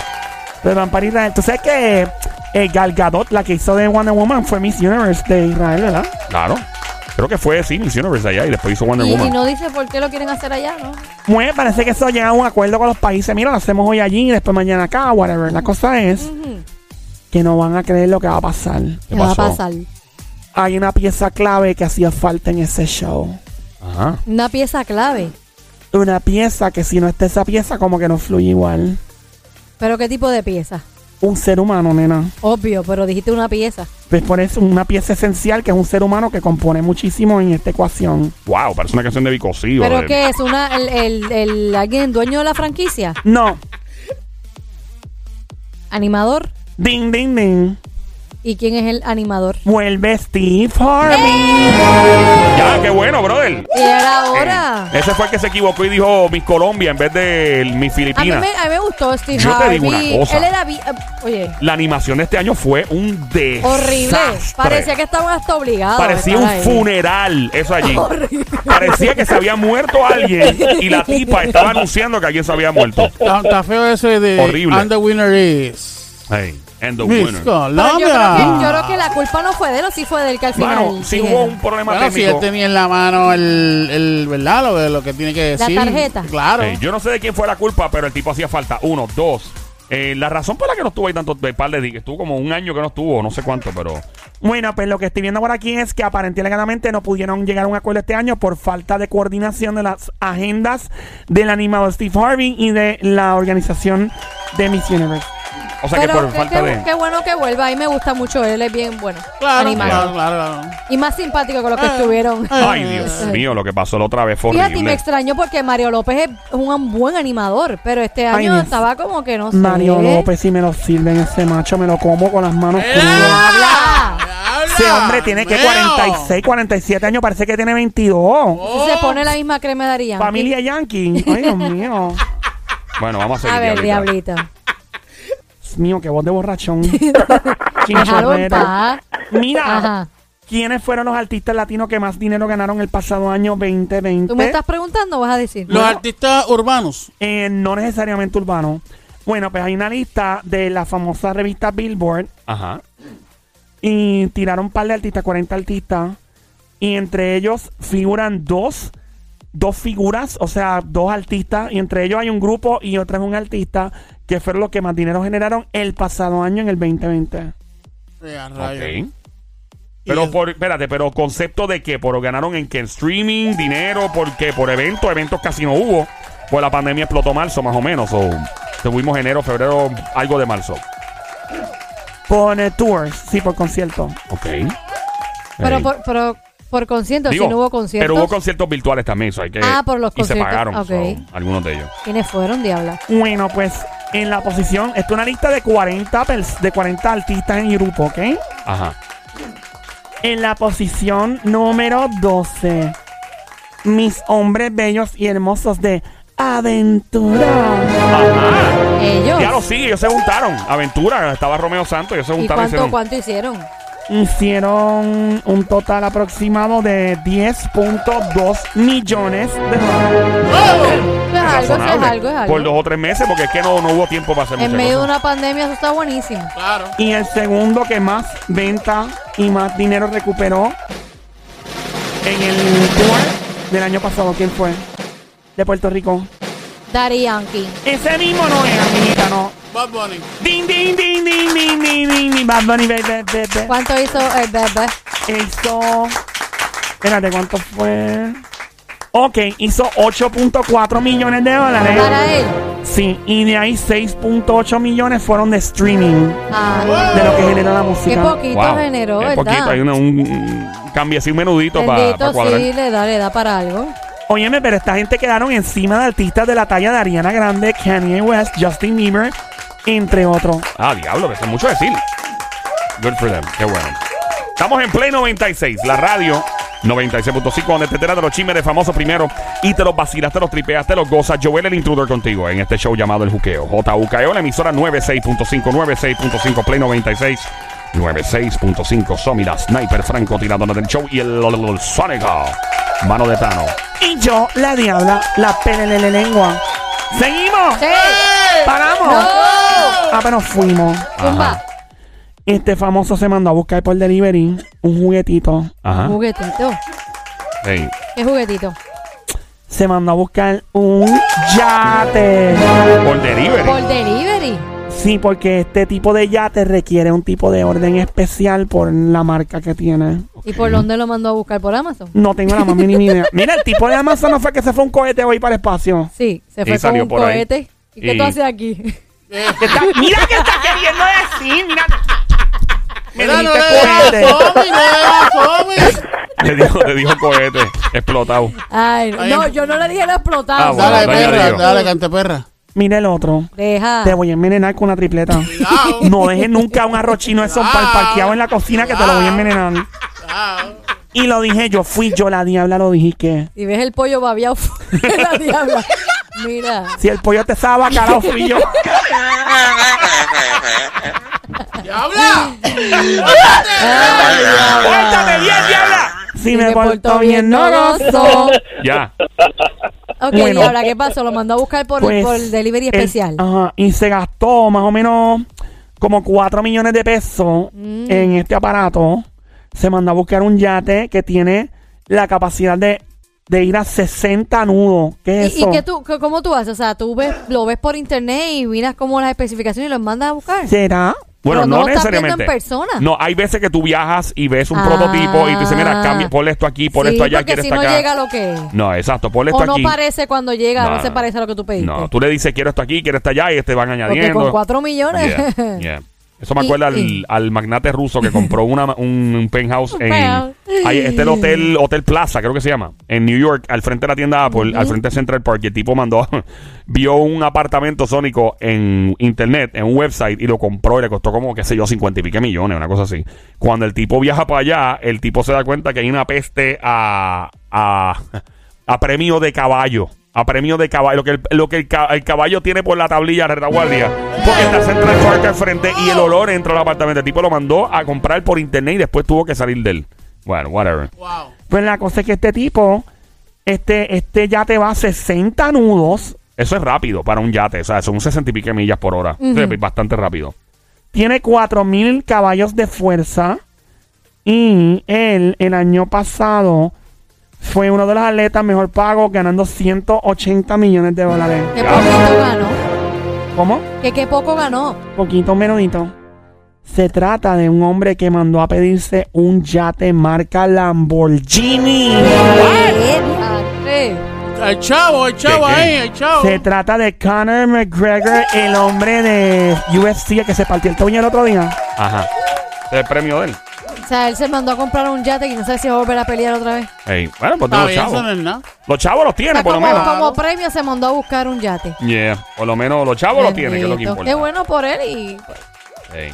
F: Pero van para Israel. Tú sabes que eh, Gal Gadot, la que hizo de Wonder Woman, fue Miss Universe de Israel, ¿verdad?
A: Claro. Creo que fue, sí, Miss Universe allá y después hizo Wonder
E: Y, y
A: Woman.
E: no dice por qué lo quieren hacer allá, ¿no?
F: Muy, bien, Pues, parece que eso llega a un acuerdo con los países. Mira, lo hacemos hoy allí y después mañana acá, whatever. La cosa es
E: Ujú.
F: que no van a creer lo que va a pasar.
E: ¿Qué va a
A: pasó?
E: pasar?
F: Hay una pieza clave que hacía falta en ese show.
A: Ajá.
E: Una pieza clave.
F: Una pieza que si no está esa pieza, como que no fluye igual.
E: ¿Pero qué tipo de pieza?
F: Un ser humano, nena.
E: Obvio, pero dijiste una pieza.
F: Pues por eso una pieza esencial que es un ser humano que compone muchísimo en esta ecuación.
A: Wow, parece una canción de Vicosí.
E: ¿Pero qué es? Una, el, el, el- ¿Alguien dueño de la franquicia?
F: No.
E: ¿Animador?
F: Ding, ding, ding.
E: ¿Y quién es el animador?
F: Vuelve Steve Harvey.
A: Ya, qué bueno, brother.
E: Y era ahora.
A: Eh, ese fue el que se equivocó y dijo Miss Colombia en vez de el Miss
E: A mí, me,
A: Filipinas.
E: a mí me gustó Steve
A: Yo te digo
E: Harvey.
A: una cosa.
E: Él era. bi- eh, Oye,
A: La animación de este año fue un desastre.
E: horrible. Parecía que estaban hasta obligados.
A: Parecía
E: de
A: un
E: estar ahí.
A: funeral, eso allí. Parecía que se había muerto alguien y la tipa estaba anunciando que alguien se había muerto.
D: está, está feo ese de.
A: Horrible.
D: And the winner is.
A: Hey, and the
D: Miss
A: winner.
E: Pero yo, creo que, yo
D: Colombia.
E: creo que la culpa no fue de él, o sí fue del que al final.
A: Mano, sí
E: dijeron.
A: hubo un problema
D: Bueno, si este él
A: técnico.
D: tenía en la mano el, el ¿verdad? Lo, que- lo que tiene que
E: La
D: decir.
E: tarjeta.
D: Claro.
A: Eh, yo no sé de quién fue la culpa, pero el tipo hacía falta. Uno, dos. Eh, la razón por la que no estuvo ahí tanto de par de días, estuvo como un año que no estuvo, no sé cuánto, pero
F: Bueno, pues lo que estoy viendo por aquí es que aparentemente no pudieron llegar a un acuerdo este año por falta de coordinación de las agendas del animador Steve Harvey y de la organización de Miss Universe.
A: o sea
E: Pero
A: que por
E: qué-
A: falta
E: qué-
A: de
E: qué bueno que vuelva. A mí me gusta mucho. Él es bien bueno.
D: Claro,
E: animado.
D: claro, claro, claro.
E: Y más simpático que los que
D: Ah.
E: estuvieron.
A: Ay, Dios mío, lo que pasó la otra vez fue
E: eh. Fíjate, y me
A: horrible.
E: extrañó porque Mario López es un buen animador, pero este
F: Ay,
E: año
F: Dios.
E: estaba como que no sé.
F: Mario López, si me lo sirven ese macho, me lo como con las manos
D: ¡Eh,
F: crudas.
E: Habla.
F: Ese hombre tiene que 46, 47 años, parece que tiene 22.
E: Se pone la misma crema de Ariana.
F: Familia Yankee. Ay, Dios mío.
A: Bueno, vamos a seguir.
E: A ver,
A: diablita.
E: diablita.
F: Dios mío, qué voz de borrachón.
E: Déjalo en
F: Chinchorrera.
E: paz.
F: Mira,
E: Ajá.
F: ¿quiénes fueron los artistas latinos que más dinero ganaron el pasado año 2020?
A: ¿Eh?
E: ¿Tú me estás preguntando o vas a decir?
D: Los artistas urbanos.
F: Eh, no necesariamente urbano. Bueno, pues hay una lista de la famosa revista Billboard
A: Ajá.
F: y tiraron un par de artistas, 40 artistas, y entre ellos figuran dos, dos figuras, o sea, dos artistas, y entre ellos hay un grupo y otro es un artista, que fueron los que más dinero generaron el pasado año en el 2020.
D: Eh, a
A: Ok.
D: rayos.
A: Pero
D: Y es-
A: por, espérate, pero concepto de qué, por ganaron en qué, en streaming, dinero, por qué, por evento, eventos casi no hubo, pues la pandemia explotó marzo más o menos, o tuvimos enero, febrero, algo de marzo.
F: Por eh, tours, sí, por conciertos.
A: Ok.
E: Pero
A: Ey.
E: por, pero por conciertos,
A: Digo,
E: si no hubo conciertos.
A: Pero hubo conciertos virtuales también, eso hay que-
E: Ah, por los
A: y se
E: conciertos,
A: pagaron,
E: ok.
A: so, algunos de ellos.
E: ¿Quiénes fueron, Diabla?
F: Bueno, pues en la posición, esto es una lista de 40, pers- de 40 artistas en grupo, ¿ok?
A: Ajá.
F: En la posición número 12, mis hombres bellos y hermosos de Aventura.
A: Ajá.
E: Ellos.
A: Ya lo sí, ellos se juntaron. Aventura, estaba Romeo Santos, ellos se
E: ¿Y
A: juntaron.
E: cuánto,
A: hicieron-
E: cuánto hicieron?
F: Hicieron un total aproximado de 10.2 millones de dólares.
E: Eso es Pues algo, eso es
A: razonable.
E: algo, es algo.
A: Por dos o tres meses, porque es que no, no hubo tiempo para hacer
E: en
A: muchas
E: medio de
A: cosas.
E: una pandemia, eso está buenísimo.
D: Claro.
F: Y el segundo que más venta y más dinero recuperó en el tour del año pasado, ¿quién fue? De Puerto Rico.
E: Daddy Yankee.
F: Ese mismo no es, amiguita, no.
D: Bad Bunny.
F: Ding, ding, ding, ding, ding, ding, ding, ding. Bad Bunny, baby, baby, baby.
E: ¿Cuánto hizo el bebé?
F: Hizo. Espérate, ¿cuánto fue? Ok, hizo 8.4 millones de dólares.
E: Para él.
F: Sí, y de ahí 6.8 millones fueron de streaming,
E: Ah,
F: de lo que generó la
E: qué
F: música.
E: poquito
A: Wow.
E: generó,
A: Es
E: ¿verdad?
A: poquito, hay una- un, un cambio así, un menudito para
E: Bendito,
A: cuadrar.
E: sí, le da, le da para algo.
F: Óyeme, pero esta gente quedaron encima de artistas de la talla de Ariana Grande, Kanye West, Justin Bieber, entre otros.
A: Ah, diablo, que eso es mucho decir. Good for them, qué bueno. Estamos en Play 96, la radio 96.5, donde te enteras de los chismes de famosos primero y te los vacilas, te los tripeas, te los gozas. Joel el intruder contigo en este show llamado El Juqueo. JUKEO, E la emisora 96.5, 96.5, Play 96. 96.5 Somi, la sniper franco tiradona del show y el, el, el Sónica, mano de Tano.
F: Y yo, la diabla, la pelele lengua. ¡Seguimos!
E: Sí.
F: ¡Paramos! Ah, pero fuimos.
E: Zumba,
F: Este famoso se mandó a buscar por delivery un juguetito.
A: Ajá.
E: juguetito.
A: Ey.
E: ¿Qué juguetito?
F: Se mandó a buscar un yate.
A: Por delivery.
E: Por delivery.
F: Sí, porque este tipo de yate requiere un tipo de orden especial por la marca que tiene.
E: ¿Y por dónde lo mandó a buscar? ¿Por Amazon?
F: No tengo la más mínima idea. Mira, el tipo de Amazon no fue que se fue un cohete hoy para el espacio.
E: Sí, se fue
A: salió
E: con un
A: por ahí.
E: cohete. ¿Y qué
A: Y-
E: tú haces aquí?
D: Eh,
F: ¿Qué está- mira qué está queriendo decir. Mira. Me
D: Mira, no
F: dijiste
D: le digas
F: cohete.
D: Somi, no le digas Somi.
A: Le dijo, le dijo cohete. Explotado.
E: Ay,
D: Ay,
E: no,
D: em-
E: yo no le dije lo explotado.
A: Ah, bueno,
D: Dale,
A: Bueno, ya
D: perra,
A: digo.
D: dale, cante perra.
F: Mira el otro.
E: Deja.
F: Te voy a envenenar con una tripleta.
D: Cuidado.
F: No dejes nunca un arroz chino eso pal parqueado en la cocina que te lo voy a envenenar.
D: Ah,
F: Y lo dije yo, fui yo la diabla, lo dije que.
E: Si ves el pollo babiado, la diabla. Mira.
F: Si el pollo te estaba bacalao, fui yo.
D: ¡Diabla!
F: ¡Cuéntate bien, diabla! Si me porto bien, no gozo.
A: Ya.
E: Ok,
F: Bueno.
E: ¿y ahora qué pasó? Lo mandó a buscar por,
F: Pues,
E: por el delivery
A: eh,
F: el- ah,
E: especial.
F: ajá, y se gastó más o menos como 4 millones de pesos
E: Mm.
F: en este aparato. Se mandó a buscar un yate que tiene la capacidad de, de ir a 60 nudos. ¿Qué es
E: ¿Y,
F: eso?
E: y qué tú, qué- cómo tú haces? O sea, tú ves, lo ves por internet y miras como las especificaciones y los mandas a buscar.
F: ¿Será?
A: Bueno,
E: Pero
A: no,
E: no lo estás
A: necesariamente.
E: viendo en persona.
A: No, hay veces que tú viajas y ves un
E: Ah.
A: prototipo y tú dices, mira, cambia, ponle esto aquí, ponle
E: Sí,
A: esto allá,
E: porque
A: quiero
E: si
A: esto
E: no
A: acá.
E: llega lo que es.
A: No, exacto, ponle
E: O
A: esto
E: no
A: aquí.
E: parece cuando llega, no,
A: No,
E: se
A: no.
E: parece a lo que tú pediste.
A: No, tú le dices, quiero esto aquí, quiero esto allá y te van
E: porque
A: añadiendo.
E: con cuatro millones.
A: Yeah, yeah. Eso me
E: Y-
A: acuerda al,
E: y-
A: al magnate ruso que compró una, un, un penthouse
E: Un
A: en.
E: penthouse.
A: ahí está el hotel, Hotel Plaza, creo que se llama. En New York, al frente de la tienda Apple, al frente de Central Park. Y el tipo mandó. vio un apartamento sónico en internet, en un website, y lo compró y le costó como, qué sé yo, 50 y pique millones, una cosa así. Cuando el tipo viaja para allá, el tipo se da cuenta que hay una peste a. a. a premio de caballo. A premio de caballo, lo que, el, lo que el, ca- el caballo tiene por la tablilla de retaguardia. Porque está Central Park al frente y el olor entra al apartamento. El tipo lo mandó a comprar por internet y después tuvo que salir de él. Bueno, whatever.
D: Wow.
F: Pues la cosa es que este tipo, este, este ya te va a 60 nudos,
A: Eso es rápido para un yate. O sea, son 60 y pique millas por hora. Sí, Bastante rápido.
F: tiene 4000 caballos de fuerza. Y él, el año pasado, fue uno de los atletas mejor pagos, ganando 180 millones de dólares.
E: Qué poquito ganó.
F: ¿Cómo?
E: Que qué poco ganó.
F: Poquito menudito. Se trata de un hombre que mandó a pedirse un yate marca Lamborghini.
E: Eh, diantre.
D: El chavo, el chavo
A: ¿Qué, qué?
D: ahí, el chavo.
F: Se trata de Conor McGregor, el hombre de UFC el que se partió el tobillo el otro día.
A: Ajá. Ese es el premio de él.
E: O sea, él se mandó a comprar un yate y no sé si va a volver a pelear otra vez.
A: Ey, bueno, pues
D: Está
A: los
D: bien, eso
A: chavos.
D: no es nada.
A: Los chavos los
E: O sea,
A: tienen, por lo
E: como,
A: menos.
E: como premio se mandó a buscar un yate.
A: Yeah. Por lo menos los chavos los tienen, que es lo que
E: Bendito.
A: importa.
E: Qué bueno por él y.
A: Ey.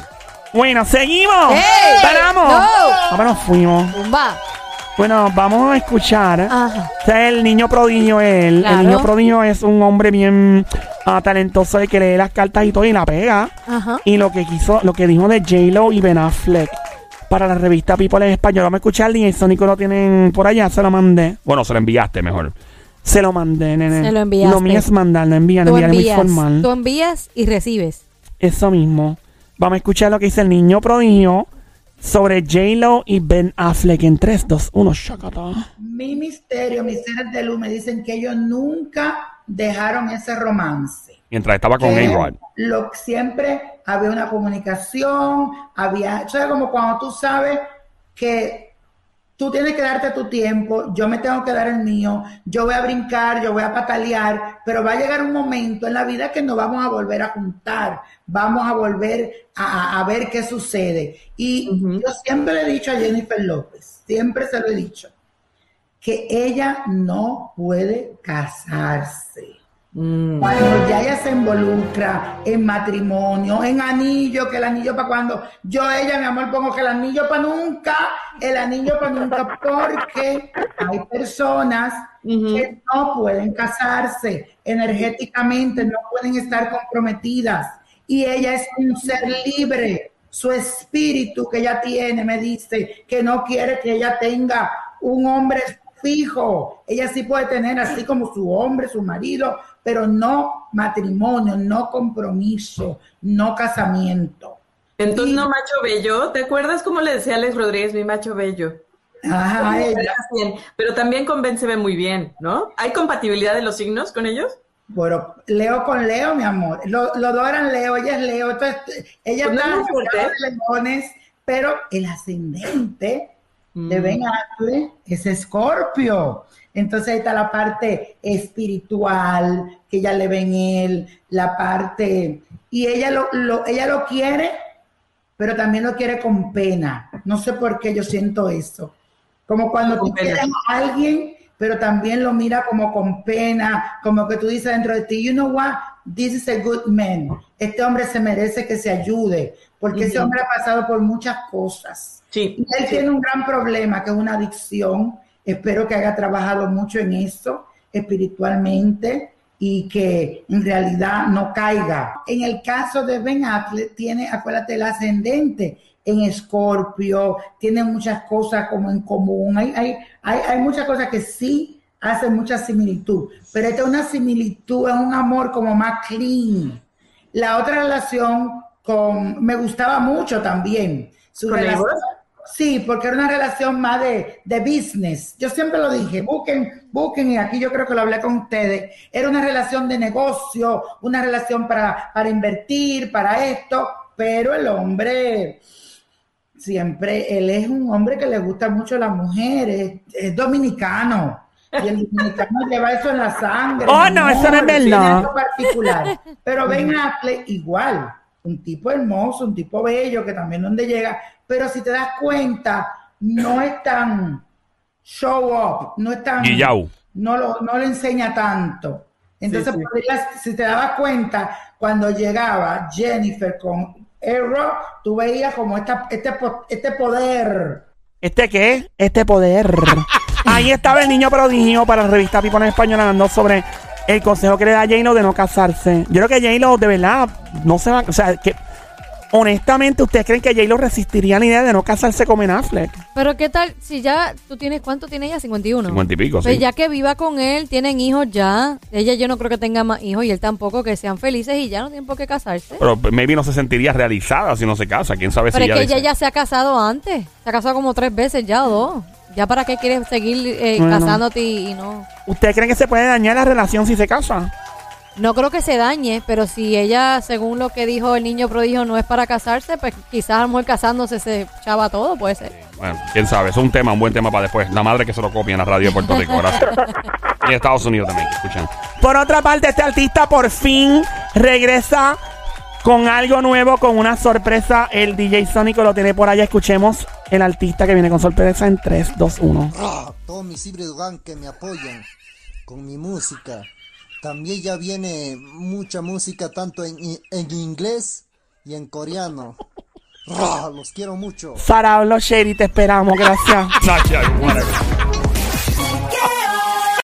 F: Bueno, seguimos.
E: ¡Ey!
F: ¡Paramos!
E: ¡No!
F: Ahora nos fuimos.
E: ¡Pumba!
F: Bueno, vamos a escuchar.
E: Ajá.
F: O sea, el niño prodigio, él.
E: Claro.
F: El niño prodigio es un hombre bien ah, talentoso el que lee las cartas y todo y la pega.
E: Ajá.
F: Y lo que quiso, lo que dijo de J-Lo y Ben Affleck para la revista People en español. Vamos a escuchar y el Sónico lo tienen por allá, se lo mandé.
A: Bueno, se lo enviaste mejor.
F: Se lo mandé, nene.
E: Se lo enviaste.
F: Lo mío es mandar, no enviar,
E: Tú
F: enviar es muy
E: envías.
F: formal.
E: Tú envías y recibes.
F: Eso mismo. Vamos a escuchar lo que dice el niño prodigio sobre J-Lo y Ben Affleck en 3, 2, 1, shakata.
G: mi misterio, mis seres de luz me dicen que ellos nunca dejaron ese romance.
A: Mientras estaba con
G: Que
A: A-Rod.
G: Lo siempre había una comunicación, había, o sea, como cuando tú sabes que tú tienes que darte tu tiempo, yo me tengo que dar el mío, yo voy a brincar, yo voy a patalear, pero va a llegar un momento en la vida que nos vamos a volver a juntar, vamos a volver a, a- a ver qué sucede. Y yo siempre le he dicho a Jennifer López, siempre se lo he dicho, que ella no puede casarse. Cuando ya ella se involucra en matrimonio, en anillo, que el anillo para cuando yo ella, mi amor, pongo que el anillo para nunca, el anillo para nunca, porque hay personas que no pueden casarse energéticamente, no pueden estar comprometidas. Y ella es un ser libre. Su espíritu que ella tiene me dice que no quiere que ella tenga un hombre fijo. Ella sí puede tener así como su hombre, su marido, pero no matrimonio, no compromiso, no casamiento.
H: Entonces, no macho bello. ¿Te acuerdas cómo le decía Alex Rodríguez, mi macho bello?
G: Ajá, ella.
H: Bien, Pero también convénceme muy bien, ¿no? ¿Hay compatibilidad de los signos con ellos?
G: Bueno, Leo con Leo, mi amor. Lo- Los dos eran Leo, ella es Leo. Entonces, ella
H: Pues no
G: está
H: es muy fuerte.
G: rodeada de leones, pero el ascendente de Ben
H: Mm.
G: Affleck es Escorpio. Entonces ahí está la parte espiritual que ella le ve en él, la parte... Y ella lo, lo- ella lo quiere, pero también lo quiere con pena. No sé por qué yo siento eso. Como cuando
H: Con
G: tú
H: pena.
G: quieres a alguien, pero también lo mira como con pena, como que tú dices dentro de ti, you know what, this is a good man. Este hombre se merece que se ayude, porque ese hombre ha pasado por muchas cosas.
H: Sí.
G: Y él tiene un gran problema, que es una adicción. Espero que haya trabajado mucho en eso, espiritualmente, y que en realidad no caiga. En el caso de Ben Affleck, tiene, acuérdate, el ascendente en Escorpio, tiene muchas cosas como en común. Hay, hay, hay, hay muchas cosas que sí hacen mucha similitud, pero esta es una similitud, es un amor como más clean. La otra relación con, me gustaba mucho también. Su
H: ¿Con
G: relación-
H: Abel?
G: Sí, porque era una relación más de, de business. Yo siempre lo dije, busquen, busquen, y aquí yo creo que lo hablé con ustedes. Era una relación de negocio, una relación para, para invertir, para esto, pero el hombre, siempre, él es un hombre que le gusta mucho a las mujeres, es dominicano. Y el dominicano lleva eso en la sangre.
F: Oh,
G: mi
F: no, eso no es
G: tiene
F: verdad.
G: algo particular. Pero Ben Affleck igual, un tipo hermoso, un tipo bello, que también donde llega, pero si te das cuenta, no es tan show up, no es tan...
A: Guillau.
G: No lo, no le enseña tanto. Entonces,
H: Sí, sí.
G: podrías- si te dabas cuenta, cuando llegaba Jennifer con Errol, tú veías como esta, este, po- este poder.
F: ¿Este qué? Este poder. Ahí estaba el niño prodigio para la revista People en Español hablando sobre el consejo que le da a J-Lo de no casarse. Yo creo que J-Lo de verdad no se va. O sea, que honestamente, ¿ustedes creen que J-Lo resistiría la idea de no casarse con Ben Affleck?
E: Pero qué tal si ya tú tienes, ¿cuánto tiene ella? 51.
A: 50 y pico,
E: Pues
A: sí.
E: ya que viva con él, tienen hijos ya. Ella yo no creo que tenga más hijos y él tampoco, que sean felices y ya no tienen por qué casarse.
A: Pero maybe no se sentiría realizada si no se casa. ¿Quién sabe
E: Pero
A: si
E: es que ella
A: dice-
E: ya se ha casado antes. Se ha casado como tres veces ya o dos. ¿Ya para qué quieres seguir eh,
F: Bueno.
E: casándote y, y no?
F: ¿Ustedes creen que se puede dañar la relación si se casa?
E: No creo que se dañe, pero si ella, según lo que dijo el niño prodigio, no es para casarse, pues quizás a lo mejor casándose se chava todo, puede ser.
A: Bueno, quién sabe, es un tema, un buen tema para después. La madre que se lo copia en la radio de Puerto Rico, gracias. y en Estados Unidos también, escuchan.
F: Por otra parte, este artista por fin regresa con algo nuevo, con una sorpresa. El DJ Sónico lo tiene por allá. Escuchemos el artista que viene con sorpresa en 3, 2, 1.
I: a todos mis ciberdugan que me apoyan con mi música. También ya viene mucha música tanto en, en inglés y en coreano. Ra, Los quiero mucho.
F: Sarablo Sherry, te esperamos, gracias.
A: Nacha, whatever.